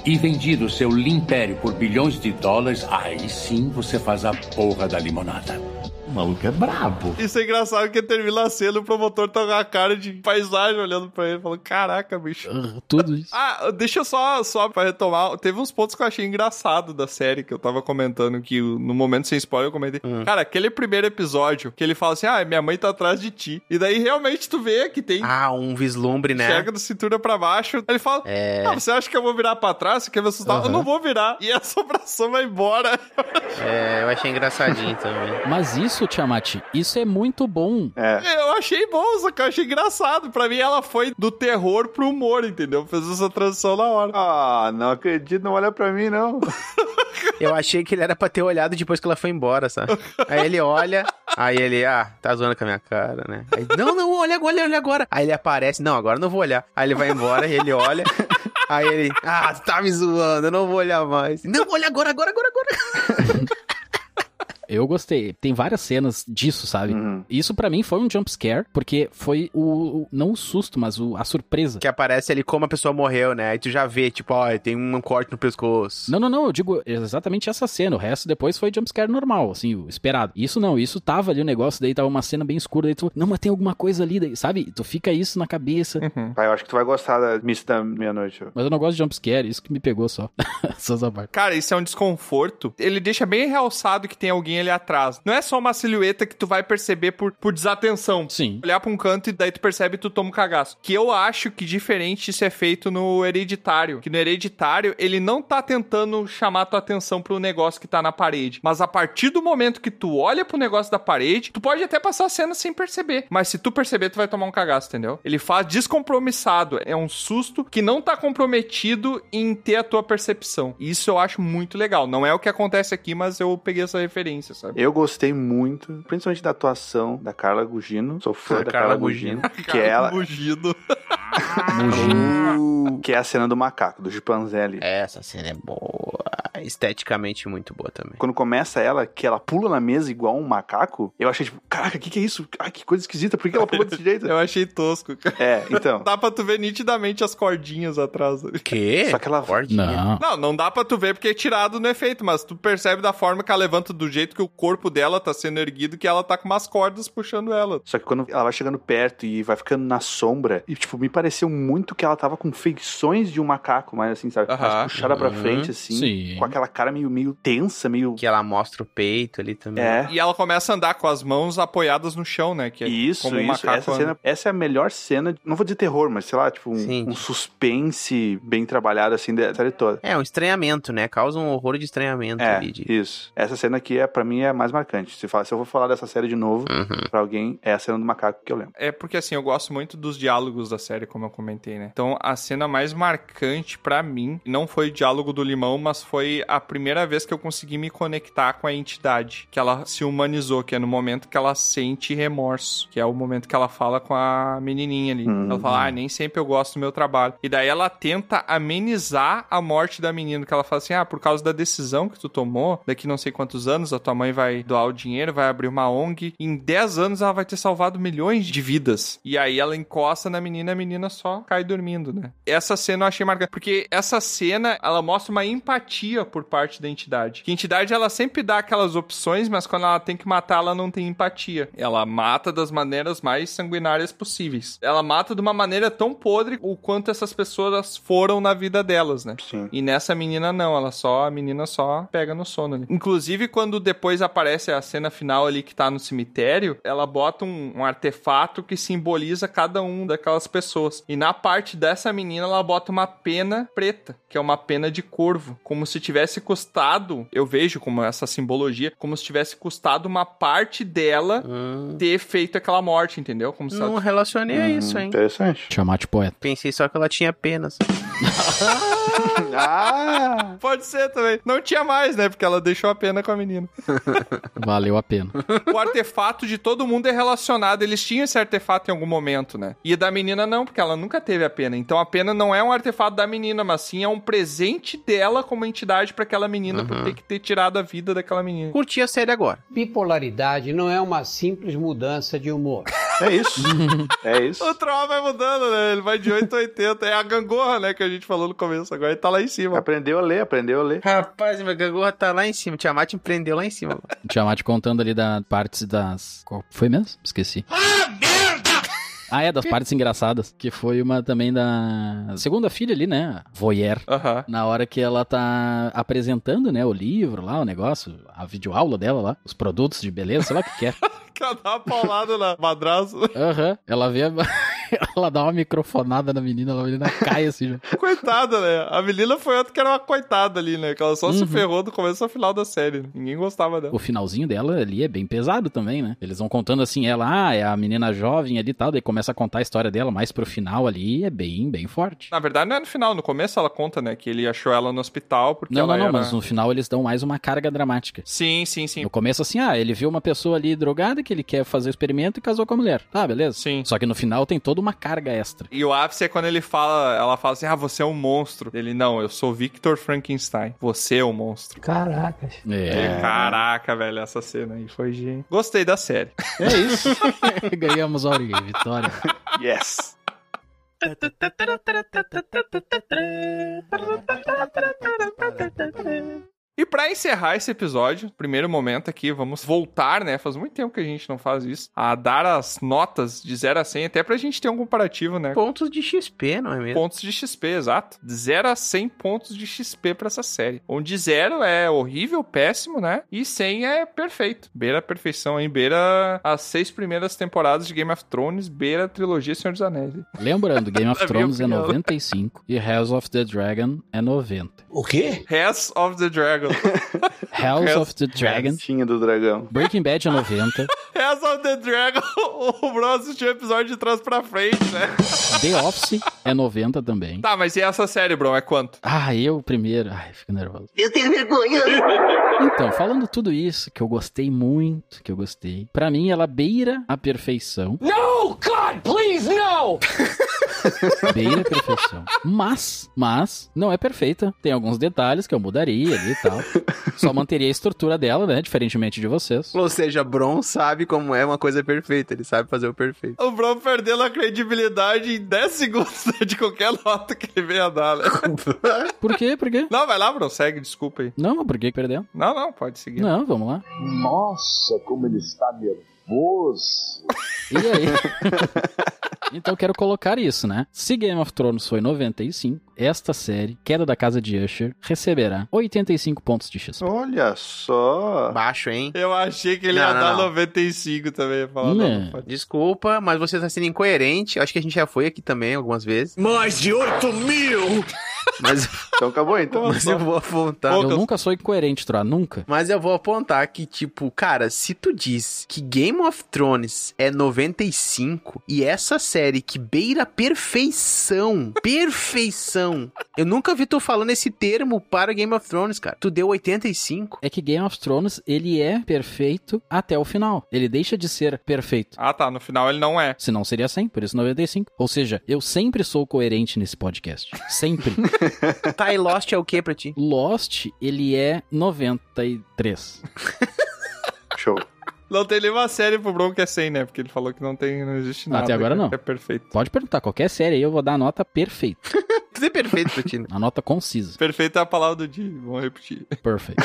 e vendido seu limpério por bilhões de dólares, aí sim você faz a porra da limonada. O maluco é brabo. Isso é engraçado que termina a cena, o promotor tá com a cara de paisagem olhando pra ele, falando, caraca, bicho. ah, Tudo isso. Ah, deixa eu só, só pra retomar. Teve uns pontos que eu achei engraçado da série, que eu tava comentando, que o- no momento sem spoiler eu comentei. Hum. Cara, aquele primeiro episódio, que ele fala assim, ah, minha mãe tá atrás de ti. E daí realmente tu vê que tem... Ah, um vislumbre, né? É. Enxerga da cintura pra baixo. Aí Ele fala: Ah, você acha que eu vou virar pra trás? Você quer me assustar? Eu Aham. não vou virar. E a assombração vai embora. É, eu achei engraçadinho também. Mas isso, Tiamat, isso é muito bom. É. Eu achei bom, só que eu achei engraçado. Pra mim, ela foi do terror pro humor, entendeu? Fez essa transição na hora. Ah, não acredito, não olha pra mim, não. Eu achei que ele era pra ter olhado depois que ela foi embora, sabe? Aí ele olha, aí ele, ah, tá zoando com a minha cara, né? Aí, não, não, olha agora, olha, olha agora. Aí ele aparece, não, agora eu não vou olhar. Aí ele vai embora e ele olha. Aí ele, ah, tu tá me zoando, eu não vou olhar mais. Não, olha agora, agora, agora, agora. Eu gostei. Tem várias cenas disso, sabe? Uhum. Isso pra mim foi um jump scare, porque foi o, o- não o susto, mas o- a surpresa. Que aparece ali como a pessoa morreu, né? Aí tu já vê, tipo, ó, tem um corte no pescoço. Não, não, não, eu digo exatamente essa cena. O resto depois foi jump scare normal, assim, o esperado. Isso não, isso tava ali o negócio, daí tava uma cena bem escura, daí tu, não, mas tem alguma coisa ali, daí, sabe? Tu fica isso na cabeça. Pai, eu acho que tu vai gostar da Miss da Meia-Noite. ó. Mas eu não gosto de jump scare, isso que me pegou só. Essas a parte. Cara, isso é um desconforto. Ele deixa bem realçado que tem alguém ali atrás. Não é só uma silhueta que tu vai perceber por, por desatenção. Sim. Olhar pra um canto e daí tu percebe e tu toma um cagaço. Que eu acho que diferente isso é feito no hereditário. Que no hereditário, ele não tá tentando chamar tua atenção pro negócio que tá na parede. Mas a partir do momento que tu olha pro negócio da parede, tu pode até passar a cena sem perceber. Mas se tu perceber, tu vai tomar um cagaço, entendeu? Ele faz descompromissado. É um susto que não tá comprometido em ter a tua percepção. Isso eu acho muito legal. Não é o que acontece aqui, mas eu peguei essa referência, sabe? Eu gostei muito, principalmente da atuação da Carla Gugino. Sou fã Da da Carla Carla Gugino. Que Cara, é ela, Mugido. Mugindo. que é a cena do macaco, do chimpanzé ali. Essa cena é boa. É esteticamente muito boa também. Quando começa ela, que ela pula na mesa igual um macaco, eu achei tipo, caraca, o que, que é isso? Ai, que coisa esquisita, por que ela pulou desse jeito? Eu achei tosco, cara. É, então. Dá pra tu ver nitidamente as cordinhas atrás. É, Que? Só que ela. Não. Não, não dá pra tu ver porque é tirado no efeito, mas tu percebe da forma que ela levanta, do jeito que o corpo dela tá sendo erguido, que ela tá com umas cordas puxando ela. Só que quando ela vai chegando perto e vai ficando na sombra, e tipo, me pareceu muito que ela tava com feições de um macaco, mas assim, sabe? Aham. Uhum. Mas puxada pra Aham. frente, assim. Sim. Com aquela cara meio, meio tensa, meio. Que ela mostra o peito ali também. É. E ela começa a andar com as mãos apoiadas no chão, né? Que é Isso, como um isso. macaco Essa, anda. cena- essa é a melhor cena, não vou dizer terror, mas sei lá, tipo, um, um suspense bem trabalhado, assim, da série toda. É, um estranhamento, né? Causa um horror de estranhamento É, ali. De... isso. Essa cena aqui, é, pra mim, é a mais marcante. Se, fala, se eu vou falar dessa série de novo pra alguém, é a cena do macaco que eu lembro. É porque assim, eu gosto muito dos diálogos da série, como eu comentei, né? Então, a cena mais marcante pra mim não foi o diálogo do Limão, mas foi a primeira vez que eu consegui me conectar com a entidade, que ela se humanizou, que é no momento que ela sente remorso, que é o momento que ela fala com a menininha ali. Hum. Ela fala: "Ah, nem sempre eu gosto do meu trabalho". E daí ela tenta amenizar a morte da menina, que ela fala assim: "Ah, por causa da decisão que tu tomou, daqui não sei quantos anos a tua mãe vai doar o dinheiro, vai abrir uma ONG, em 10 anos ela vai ter salvado milhões de vidas". E aí ela encosta na menina, a menina só cai dormindo, né? Essa cena eu achei marcante, porque essa cena, ela mostra uma empatia por parte da entidade. Que a entidade ela sempre dá aquelas opções, mas quando ela tem que matar, ela não tem empatia. Ela mata das maneiras mais sanguinárias possíveis. Ela mata de uma maneira tão podre o quanto essas pessoas foram na vida delas, né? Sim. E nessa menina não, ela só a menina só pega no sono ali. Inclusive quando depois aparece a cena final ali que tá no cemitério, ela bota um, um artefato que simboliza cada um daquelas pessoas. E na parte dessa menina ela bota uma pena preta, que é uma pena de corvo, como se tivesse custado, eu vejo como essa simbologia, como se tivesse custado uma parte dela ter feito aquela morte, entendeu? Como se Uhum. Não é. ela... relacionei Uhum. a isso, hein? Interessante. Chamar de poeta. Pensei só que ela tinha penas. ah! Pode ser também. Não tinha mais, né? Porque ela deixou a pena com a menina. Valeu a pena. o artefato de todo mundo é relacionado. Eles tinham esse artefato em algum momento, né? E da menina não, porque ela nunca teve a pena. Então a pena não é um artefato da menina, mas sim é um presente dela como entidade pra aquela menina, por ter que ter tirado a vida daquela menina. Curti a série agora. Bipolaridade não é uma simples mudança de humor. É isso. é isso. O Troll vai mudando, né? Ele vai de 8 a 80. É a gangorra, né? Que a gente falou no começo. Agora ele tá lá em cima. Aprendeu a ler, aprendeu a ler. Rapaz, meu gangorra tá lá em cima. Tiamat me prendeu lá em cima. Tiamat contando ali da partes das. Qual foi mesmo? Esqueci. Ah, merda! Ah, é, das partes engraçadas. Que foi uma também da segunda filha ali, né? Voyeur. Aham. Na hora que ela tá apresentando, né? O livro lá, o negócio, a videoaula dela lá, os produtos de beleza, sei lá o que que é. Que ela dá uma paulada na madraça. Aham. Ela vê. a- ela dá uma microfonada na menina, a menina cai assim. já. Coitada, né? A menina foi outra que era uma coitada ali, né? Que ela só se ferrou do começo ao final da série. Ninguém gostava dela. O finalzinho dela ali é bem pesado também, né? Eles vão contando assim, ela, ah, é a menina jovem ali e tal, daí começa a contar a história dela, mas pro final ali é bem, bem forte. Na verdade, não é no final. No começo ela conta, né? Que ele achou ela no hospital porque Não, ela não, não, era... mas no final eles dão mais uma carga dramática. Sim, sim, sim. No começo, assim, ah, ele viu uma pessoa ali drogada que ele quer fazer o experimento e casou com a mulher. Tá, beleza? Sim. Só que no final tem toda uma carga extra. E o ápice é quando ele fala, ela fala assim: Ah, você é um monstro. Ele, não, eu sou Victor Frankenstein. Você é o monstro. Caracas. É. Ele, Caraca, velho, essa cena aí foi de. Gostei da série. É isso. Ganhamos a Auriga, vitória. Yes. E pra encerrar esse episódio, primeiro momento aqui, vamos voltar, né? Faz muito tempo que a gente não faz isso, a dar as notas de 0 a 100, até pra gente ter um comparativo, né? Pontos de XP, não é mesmo? pontos de XP, exato. De 0 a 100 pontos de XP pra essa série. Onde 0 é horrível, péssimo, né? E 100 é perfeito. Beira a perfeição, hein? Beira as seis primeiras temporadas de Game of Thrones, beira a trilogia Senhor dos Anéis. Lembrando, Game of Na minha Thrones é Tá opinião. 95 e House of the Dragon é 90. O quê? House of the Dragon. House of the Dragon. Tinha do dragão. Breaking Bad é 90. House of the Dragon. O Bro assistiu o episódio de trás pra frente, né? The Office é 90 também. Tá, mas e essa série, Bro? É quanto? Ah, eu primeiro. Ai, fico nervoso. Eu tenho vergonha. Então, falando tudo isso, que eu gostei muito, que eu gostei. Pra mim, ela beira a perfeição. No, God, please, no! Beira a perfeição. Mas, mas, não é perfeita. Tem alguns detalhes que eu mudaria ali e tal. Só manteria a estrutura dela, né? Diferentemente de vocês. Ou seja, Bron sabe como é uma coisa perfeita, ele sabe fazer o perfeito. O Bron perdendo a credibilidade em 10 segundos né? de qualquer nota que ele venha dar, né? Por quê? Por quê? Não, vai lá, Bron, segue, desculpa aí. Não, mas por que perdeu? Não, não, pode seguir. Não, vamos lá. Nossa, como ele está nervoso. E aí? Então quero colocar isso, né? Se Game of Thrones foi 95, esta série, Queda da Casa de Usher, receberá 85 pontos de XP. Olha só. Baixo, hein? Eu achei que ele Não, ia não, dar não. 95 também. ia Falar, Não. é. não, não pode. Desculpa, mas você tá sendo incoerente. Acho que a gente já foi aqui também algumas vezes. Mais de 8 mil! Mas, Então acabou então. mas eu vou apontar. Eu nunca sou incoerente, Troa, nunca. Mas eu vou apontar que, tipo, cara, se tu diz que Game of Thrones é 95 e essa série que beira a perfeição, perfeição. Eu nunca vi tu falando esse termo para Game of Thrones, cara. Tu deu 85. É que Game of Thrones, ele é perfeito até o final. Ele deixa de ser perfeito. Ah, tá. No final ele não é. Senão seria 100, por isso 95. Ou seja, eu sempre sou coerente nesse podcast. Sempre. Tá, e Lost é o que pra ti? Lost, ele é 93. Show. Não tem nenhuma série pro Bron que é 100, né? Porque ele falou que não tem, não existe Ah, Até nada. agora que é- não. que É perfeito. Pode perguntar qualquer série aí, eu vou dar a nota perfeita. Tudo é perfeito pra ti, né? A nota concisa. Perfeito é a palavra do dia. Vamos repetir. Perfeito.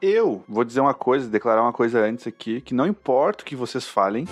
Eu vou dizer uma coisa, declarar uma coisa antes aqui, que não importa o que vocês falem.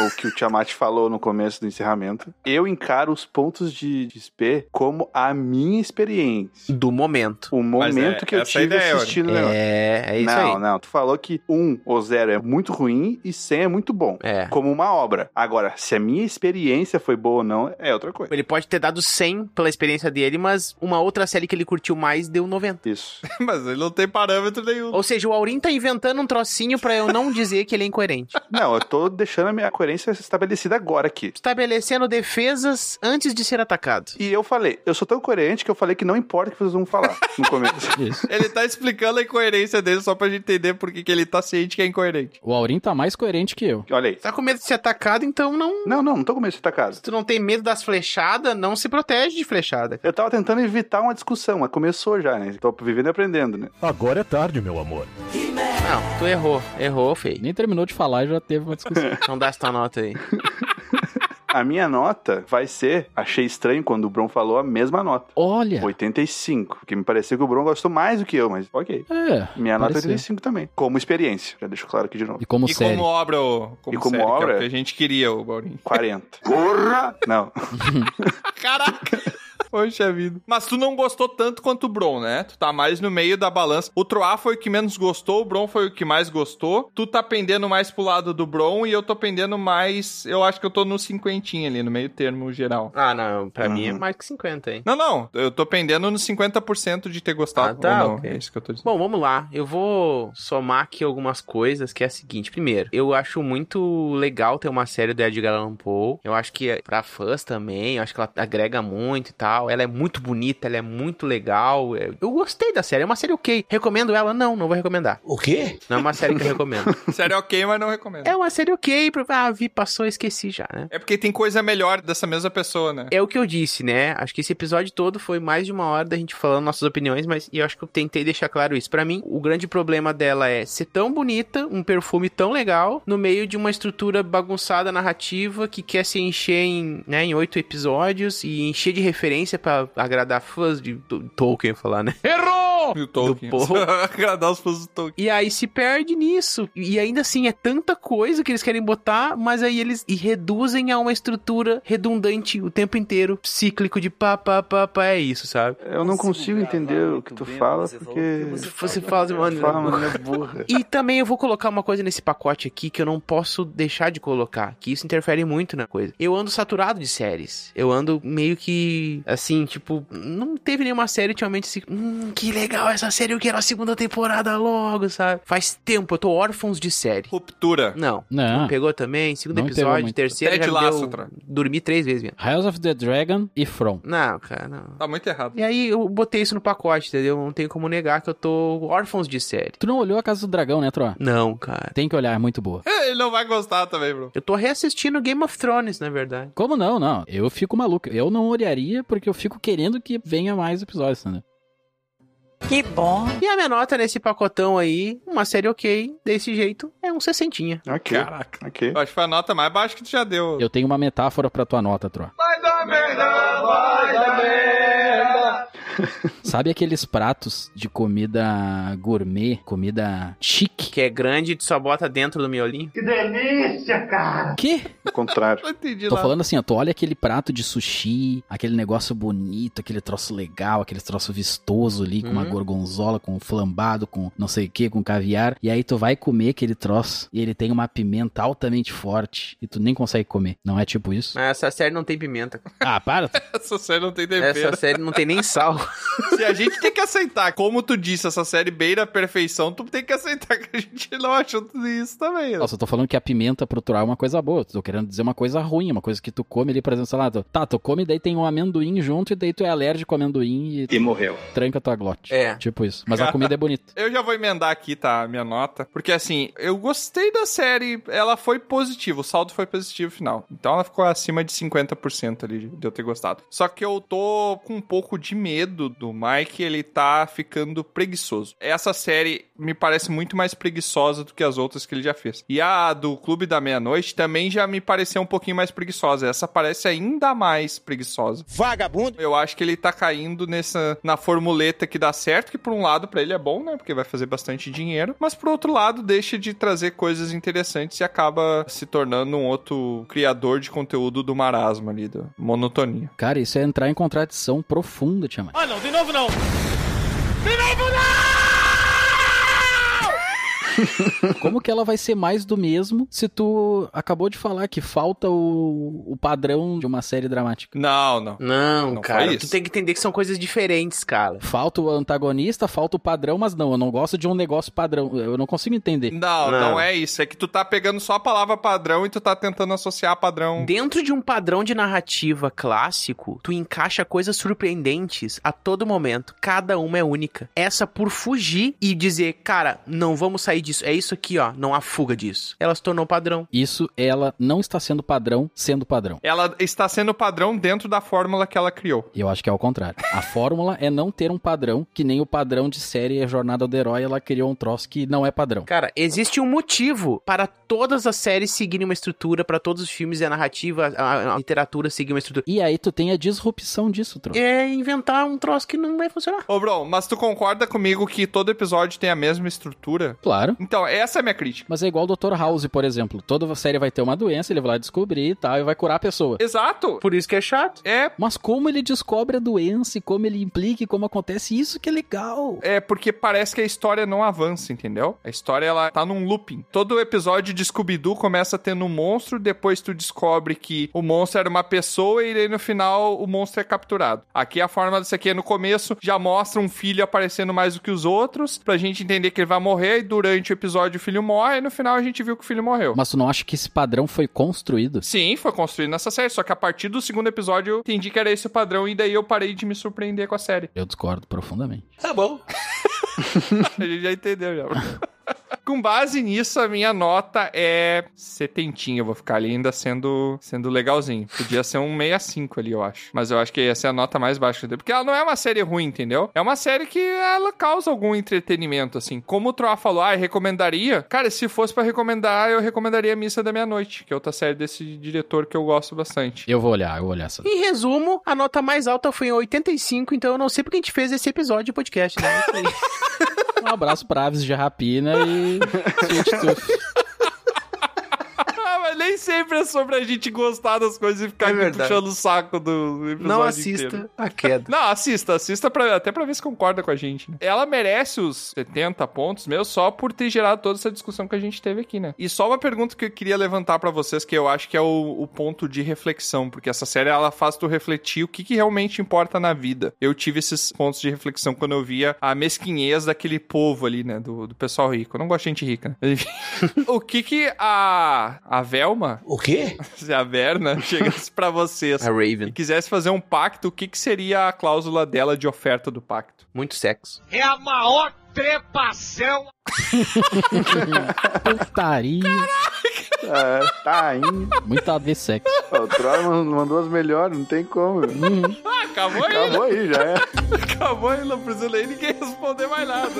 Ou que o Tiamat falou no começo do encerramento. Eu encaro os pontos de, de XP como a minha experiência. Do momento. O Mas momento é- que eu essa é a tive ideia, assistindo o negócio. É, é isso não, aí. não. Tu falou que um ou zero é muito ruim e 100 é muito bom. É. Como uma obra. Agora, se a minha experiência foi boa ou não, é outra coisa. Ele pode ter dado 100 pela experiência dele, mas uma outra série que ele curtiu mais deu 90. Isso. Mas ele não tem parâmetro nenhum. Ou seja, o Aurim tá inventando um trocinho pra eu não dizer que ele é incoerente. Não, eu tô deixando a minha coerência estabelecida agora aqui. Estabelecendo defesas antes de ser atacado. E eu falei, eu sou tão coerente que eu falei que não importa o que vocês vão falar no começo. Isso. Ele tá explicando a incoerência dele só pra gente entender por que que ele tá ciente que é incoerente. O Aurim tá mais coerente que eu. Olha aí. Tá com medo de ser atacado, então não. Não, não, não tô tá com medo de estar casa. Se tu não tem medo das flechadas, não se protege de flechada. Eu tava tentando evitar uma discussão, mas começou já, né? Tô vivendo e aprendendo, né? Agora é tarde, meu amor. Não, tu errou. Errou, feio. Nem terminou de falar e já teve uma discussão. Não dá essa nota aí. A minha nota vai ser, achei estranho quando o Bron falou a mesma nota. Olha. 85, porque me pareceu que o Bron gostou mais do que eu, mas ok. É. Minha nota é pareceu. 85 também. Como experiência, já deixo claro aqui de novo. E como e série. como obra, ô, como, E como série, Que, é obra? o que a gente queria, o Baurinho. 40. Porra! Não. Caraca! Poxa vida. Mas tu não gostou tanto quanto o Bron, né? Tu tá mais no meio da balança. O Troá foi o que menos gostou, o Bron foi o que mais gostou. Tu tá pendendo mais pro lado do Bron e eu tô pendendo mais. Eu acho que eu tô no cinquentinho ali, no meio termo geral. Ah, não. Pra mim é Uhum. mais que 50, hein? Não, não. Eu tô pendendo no 50% de ter gostado. Ah, tá, ou não. ok. É isso que eu tô dizendo. Bom, vamos lá. Eu vou somar aqui algumas coisas, que é a seguinte. Primeiro, eu acho muito legal ter uma série do Edgar Allan Poe. Eu acho que é pra fãs também, eu acho que ela agrega muito e tal. Ela é muito bonita, ela é muito legal. É, Eu gostei da série, é uma série ok. Recomendo ela? Não, não vou recomendar. O quê? Não é uma série que eu recomendo. Série ok, mas não recomendo. É uma série ok, pra- ah, vi, passou, esqueci já, né? É porque tem coisa melhor dessa mesma pessoa, né? É o que eu disse, né? Acho que esse episódio todo foi mais de uma hora da gente falando nossas opiniões, mas eu acho que eu tentei deixar claro isso. Pra mim, o grande problema dela é ser tão bonita, um perfume tão legal, no meio de uma estrutura bagunçada narrativa que quer se encher em, né, em oito episódios e encher de referência pra agradar fãs de to- Tolkien, eu ia falar, né? E o Tolkien. Do Paul. Agradar os fãs do Tolkien. E aí se perde nisso. E ainda assim, é tanta coisa que eles querem botar, mas aí eles e reduzem a uma estrutura redundante o tempo inteiro, cíclico de pá, pá, pá, pá, é isso, sabe? Eu não consigo entender é o que tu fala, porque... Você fala de Tu maneira fala burra. uma maneira burra. E também eu vou colocar uma coisa nesse pacote aqui que eu não posso deixar de colocar, que isso interfere muito na coisa. Eu ando saturado de séries. Eu ando meio que assim, tipo, não teve nenhuma série ultimamente assim, hum, que legal legal essa série, eu quero a segunda temporada logo, sabe? Faz tempo, eu tô órfãos de série. Ruptura. Não. Não. pegou também? Segundo Ah. Não pegou episódio, muito. terceiro Ted já me Lasso, deu... tra- Dormi três vezes, minha. House of the Dragon e From. Não, cara, não. Tá muito errado. E aí eu botei isso no pacote, entendeu? Não tenho como negar que eu tô órfãos de série. Tu não olhou a Casa do Dragão, né, Troa? Não, cara. Tem que olhar, é muito boa. Ele não vai gostar também, bro. Eu tô reassistindo Game of Thrones, na verdade. Como não? Não, eu fico maluco. Eu não olharia porque eu fico querendo que venha mais episódios, né? entendeu? Que bom. E a minha nota nesse pacotão aí, uma série ok, desse jeito, é um 60. Ok. Caraca. Ok. Eu acho que foi a nota mais baixa que tu já deu. Eu tenho uma metáfora pra tua nota, Troa. Sabe aqueles pratos de comida gourmet, comida chique? Que é grande e tu só bota dentro do miolinho. Que delícia, cara! Que? Ao contrário. Não entendi Tô nada. falando assim, ó, tu olha aquele prato de sushi, aquele negócio bonito, aquele troço legal, aquele troço vistoso ali, com uma Uhum. gorgonzola, com um flambado, com não sei o que, com caviar, e aí tu vai comer aquele troço, e ele tem uma pimenta altamente forte, e tu nem consegue comer. Não é tipo isso? Mas essa série não tem pimenta. cara. Ah, para! tu- Essa série não tem Essa defesa. série não tem nem sal. Se a gente tem que aceitar, como tu disse, essa série beira a perfeição, tu tem que aceitar que a gente não achou tudo isso também. Né? Nossa, eu tô falando que a pimenta pro Troá é uma coisa boa, tô querendo dizer uma coisa ruim, uma coisa que tu come ali, por exemplo, sei lá, tu- tá, tu come, daí tem um amendoim junto, e daí tu é alérgico ao amendoim e, E morreu. tranca tua glote. É. Tipo isso. Mas a comida é bonita. Eu já vou emendar aqui, tá? A minha nota. Porque assim, eu gostei da série. Ela foi positiva. O saldo foi positivo final. Então ela ficou acima de 50% ali de eu ter gostado. Só que eu tô com um pouco de medo do Mike. Ele tá ficando preguiçoso. Essa série me parece muito mais preguiçosa do que as outras que ele já fez. E a do Clube da Meia-Noite também já me pareceu um pouquinho mais preguiçosa. Essa parece ainda mais preguiçosa. Vagabundo. Eu acho que ele tá caindo nessa na formuleta que dá certo, que por um lado pra ele é bom, né? Porque vai fazer bastante dinheiro, mas por outro lado deixa de trazer coisas interessantes e acaba se tornando um outro criador de conteúdo do marasmo ali, da monotonia. Cara, isso é entrar em contradição profunda, Tiamat. Ah, não, de novo não! Como que ela vai ser mais do mesmo se tu acabou de falar que falta o, o padrão de uma série dramática? Não, não. Não, Não foi cara. isso. Tu tem que entender que são coisas diferentes, cara. Falta o antagonista, falta o padrão, mas não, eu não gosto de um negócio padrão. Eu não consigo entender. Não, não, Não. é isso. É que tu tá pegando só a palavra padrão e tu tá tentando associar padrão. Dentro de um padrão de narrativa clássico, tu encaixa coisas surpreendentes a todo momento. Cada uma é única. Essa por fugir e dizer, cara, não vamos sair disso. É isso aqui, ó. Não há fuga disso. Ela se tornou padrão. Isso, ela não está sendo padrão, sendo padrão. Ela está sendo padrão dentro da fórmula que ela criou. Eu acho que é o contrário. A fórmula é não ter um padrão, que nem o padrão de série é Jornada do Herói, ela criou um troço que não é padrão. Cara, existe um motivo para todas as séries seguirem uma estrutura, para todos os filmes e a narrativa, a, a literatura seguir uma estrutura. E aí tu tem a disrupção disso, troço. É inventar um troço que não vai funcionar. Ô, Bron, mas tu concorda comigo que todo episódio tem a mesma estrutura? Claro. Então, essa é a minha crítica. Mas é igual o Dr. House, por exemplo. Toda série vai ter uma doença, ele vai lá descobrir e tal, e vai curar a pessoa. Exato. Por isso que é chato. É Mas como ele descobre a doença e como ele implica e como acontece, isso que é legal. É porque parece que a história não avança, entendeu? A história ela tá num looping. Todo episódio de Scooby-Doo começa tendo um monstro, depois tu descobre que o monstro era uma pessoa e aí no final o monstro é capturado. Aqui a forma disso aqui é no começo, já mostra um filho aparecendo mais do que os outros, pra gente entender que ele vai morrer e durante o episódio o filho morre e no final a gente viu que o filho morreu. Mas tu não acha que esse padrão foi construído? Sim, foi construído nessa série, só que a partir do segundo episódio eu entendi que era esse o padrão e daí eu parei de me surpreender com a série. Eu discordo profundamente. Tá bom. A gente já entendeu já. Com base nisso, a minha nota é setentinha. Eu vou ficar ali ainda sendo, sendo legalzinho. Podia ser um 65 ali, eu acho. Mas eu acho que essa é a nota mais baixa que eu dei. Porque ela não é uma série ruim, entendeu? É uma série que ela causa algum entretenimento, assim. Como o Troa falou, ah, eu recomendaria. Cara, se fosse pra recomendar, eu recomendaria Missa da Meia-Noite, que é outra série desse diretor que eu gosto bastante. Eu vou olhar, eu vou olhar essa. Em resumo, a nota mais alta foi em 85, então eu não sei porque a gente fez esse episódio de podcast, né? Um abraço pra Aves de Rapina e. Sweet Tooth. Ah, mas nem nem sempre é sobre a gente gostar das coisas e ficar É aqui verdade. puxando o saco do do episódio Não assista inteiro. a queda. Não, assista, assista pra, até pra ver se concorda com a gente. né? Ela merece os 70 pontos meus só por ter gerado toda essa discussão que a gente teve aqui, né? E só uma pergunta que eu queria levantar pra vocês, que eu acho que é o, o ponto de reflexão, porque essa série ela faz tu refletir o que, que realmente importa na vida. Eu tive esses pontos de reflexão quando eu via a mesquinhez daquele povo ali, né? Do, do pessoal rico. Eu não gosto de gente rica, né? Enfim. o que que a, a Velma. O quê? Se a Verna chegasse pra vocês. A Raven. E quisesse fazer um pacto, o que, que seria a cláusula dela de oferta do pacto? Muito sexo. É a maior trepação. Putaria. É, tá ainda. Muito a ver sexo. O Troy man- mandou as melhores, não tem como. Hum, Acabou aí? Acabou aí, já é. Acabou aí, não precisa nem ninguém responder mais nada.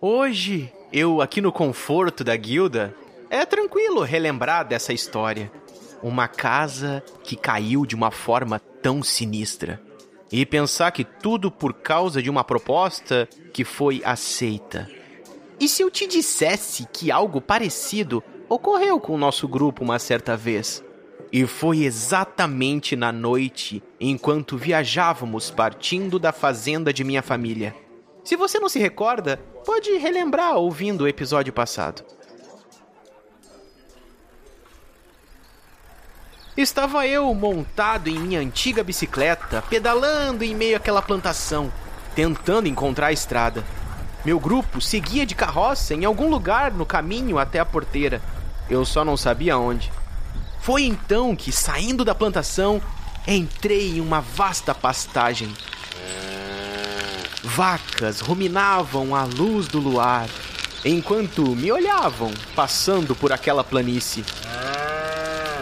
Hoje, eu aqui no conforto da guilda, é tranquilo relembrar dessa história. Uma casa que caiu de uma forma tão sinistra. E pensar que tudo por causa de uma proposta que foi aceita. E se eu te dissesse que algo parecido ocorreu com o nosso grupo uma certa vez? E foi exatamente na noite, enquanto viajávamos partindo da fazenda de minha família. Se você não se recorda, pode relembrar ouvindo o episódio passado. Estava eu montado em minha antiga bicicleta, pedalando em meio àquela plantação, tentando encontrar a estrada. Meu grupo seguia de carroça em algum lugar no caminho até a porteira. Eu só não sabia onde. Foi então que, saindo da plantação, entrei em uma vasta pastagem. Vacas ruminavam à luz do luar, enquanto me olhavam passando por aquela planície.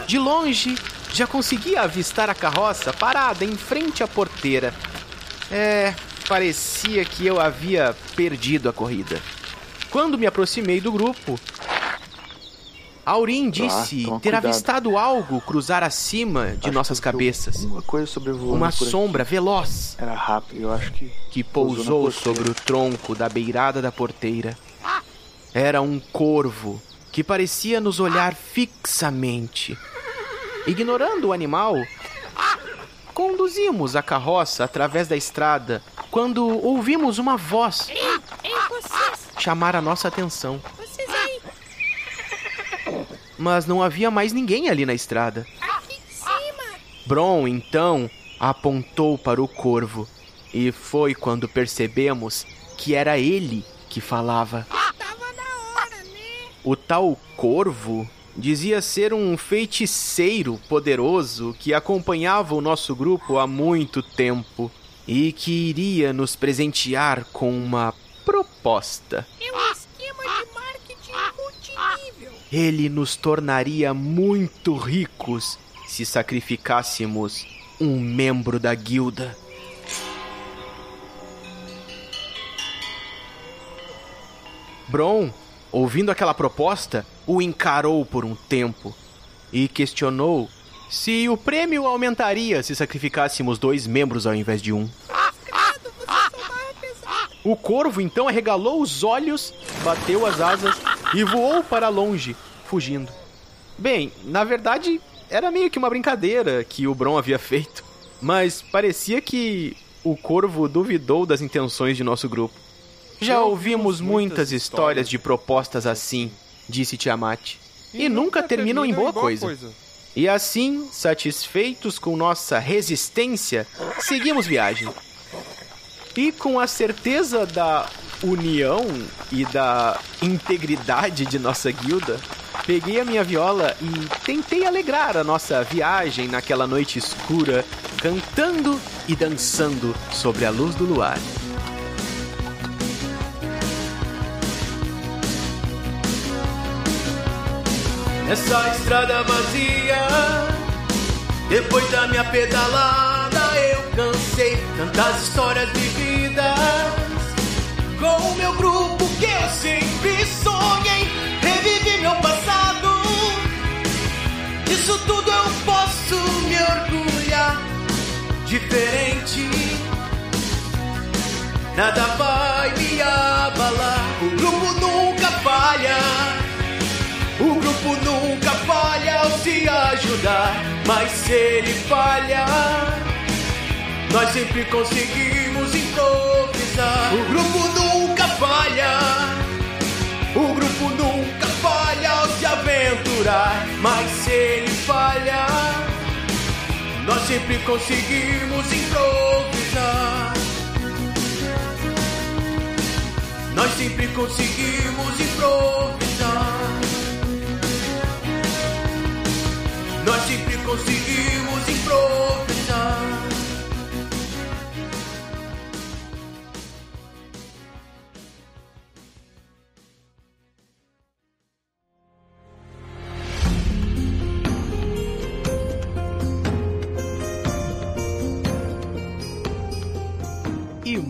De longe, já conseguia avistar a carroça parada em frente à porteira. É, parecia que eu havia perdido a corrida. Quando me aproximei do grupo, Aurim disse Ah, toma ter cuidado. avistado algo cruzar acima de nossas cabeças. Uma coisa sobrevoando. Uma por aqui. sombra veloz Era rápido, eu acho que. que Pousou pousou na porteira. sobre o tronco da beirada da porteira. Era um corvo que parecia nos olhar fixamente. Ignorando o animal, conduzimos a carroça através da estrada quando ouvimos uma voz vocês, chamar a nossa atenção. vocês aí, Mas não havia mais ninguém ali na estrada. aqui em cima. Bron então apontou para o corvo e foi quando percebemos que era ele que falava. né? O tal corvo dizia ser um feiticeiro poderoso que acompanhava o nosso grupo há muito tempo e que iria nos presentear com uma proposta. É um esquema de marketing multinível. Ele nos tornaria muito ricos se sacrificássemos um membro da guilda. Bron, ouvindo aquela proposta, o encarou por um tempo e questionou se o prêmio aumentaria se sacrificássemos dois membros ao invés de um. O corvo então arregalou os olhos, bateu as asas e voou para longe, fugindo. Bem, na verdade, era meio que uma brincadeira que o Bron havia feito, mas parecia que o corvo duvidou das intenções de nosso grupo. Já ouvimos muitas histórias de propostas assim, disse Tiamat, e, nunca terminam em boa coisa. E assim, satisfeitos com nossa resistência, seguimos viagem. E com a certeza da união e da integridade de nossa guilda, peguei a minha viola e tentei alegrar a nossa viagem naquela noite escura, cantando e dançando sobre a luz do luar. Essa É estrada vazia, depois da minha pedalada, eu cansei tantas histórias vividas. Com o meu grupo que eu sempre sonhei, revivi meu passado. Isso tudo eu posso. indiferente. Nada vai me abalar. O grupo nunca falha. O grupo nunca falha ao se ajudar. Mas se ele falha, nós sempre conseguimos improvisar. O grupo nunca falha. O grupo nunca falha ao se aventurar. Mas se ele falha. Nós sempre conseguimos improvisar. Nós sempre conseguimos improvisar. Nós sempre conseguimos improvisar. E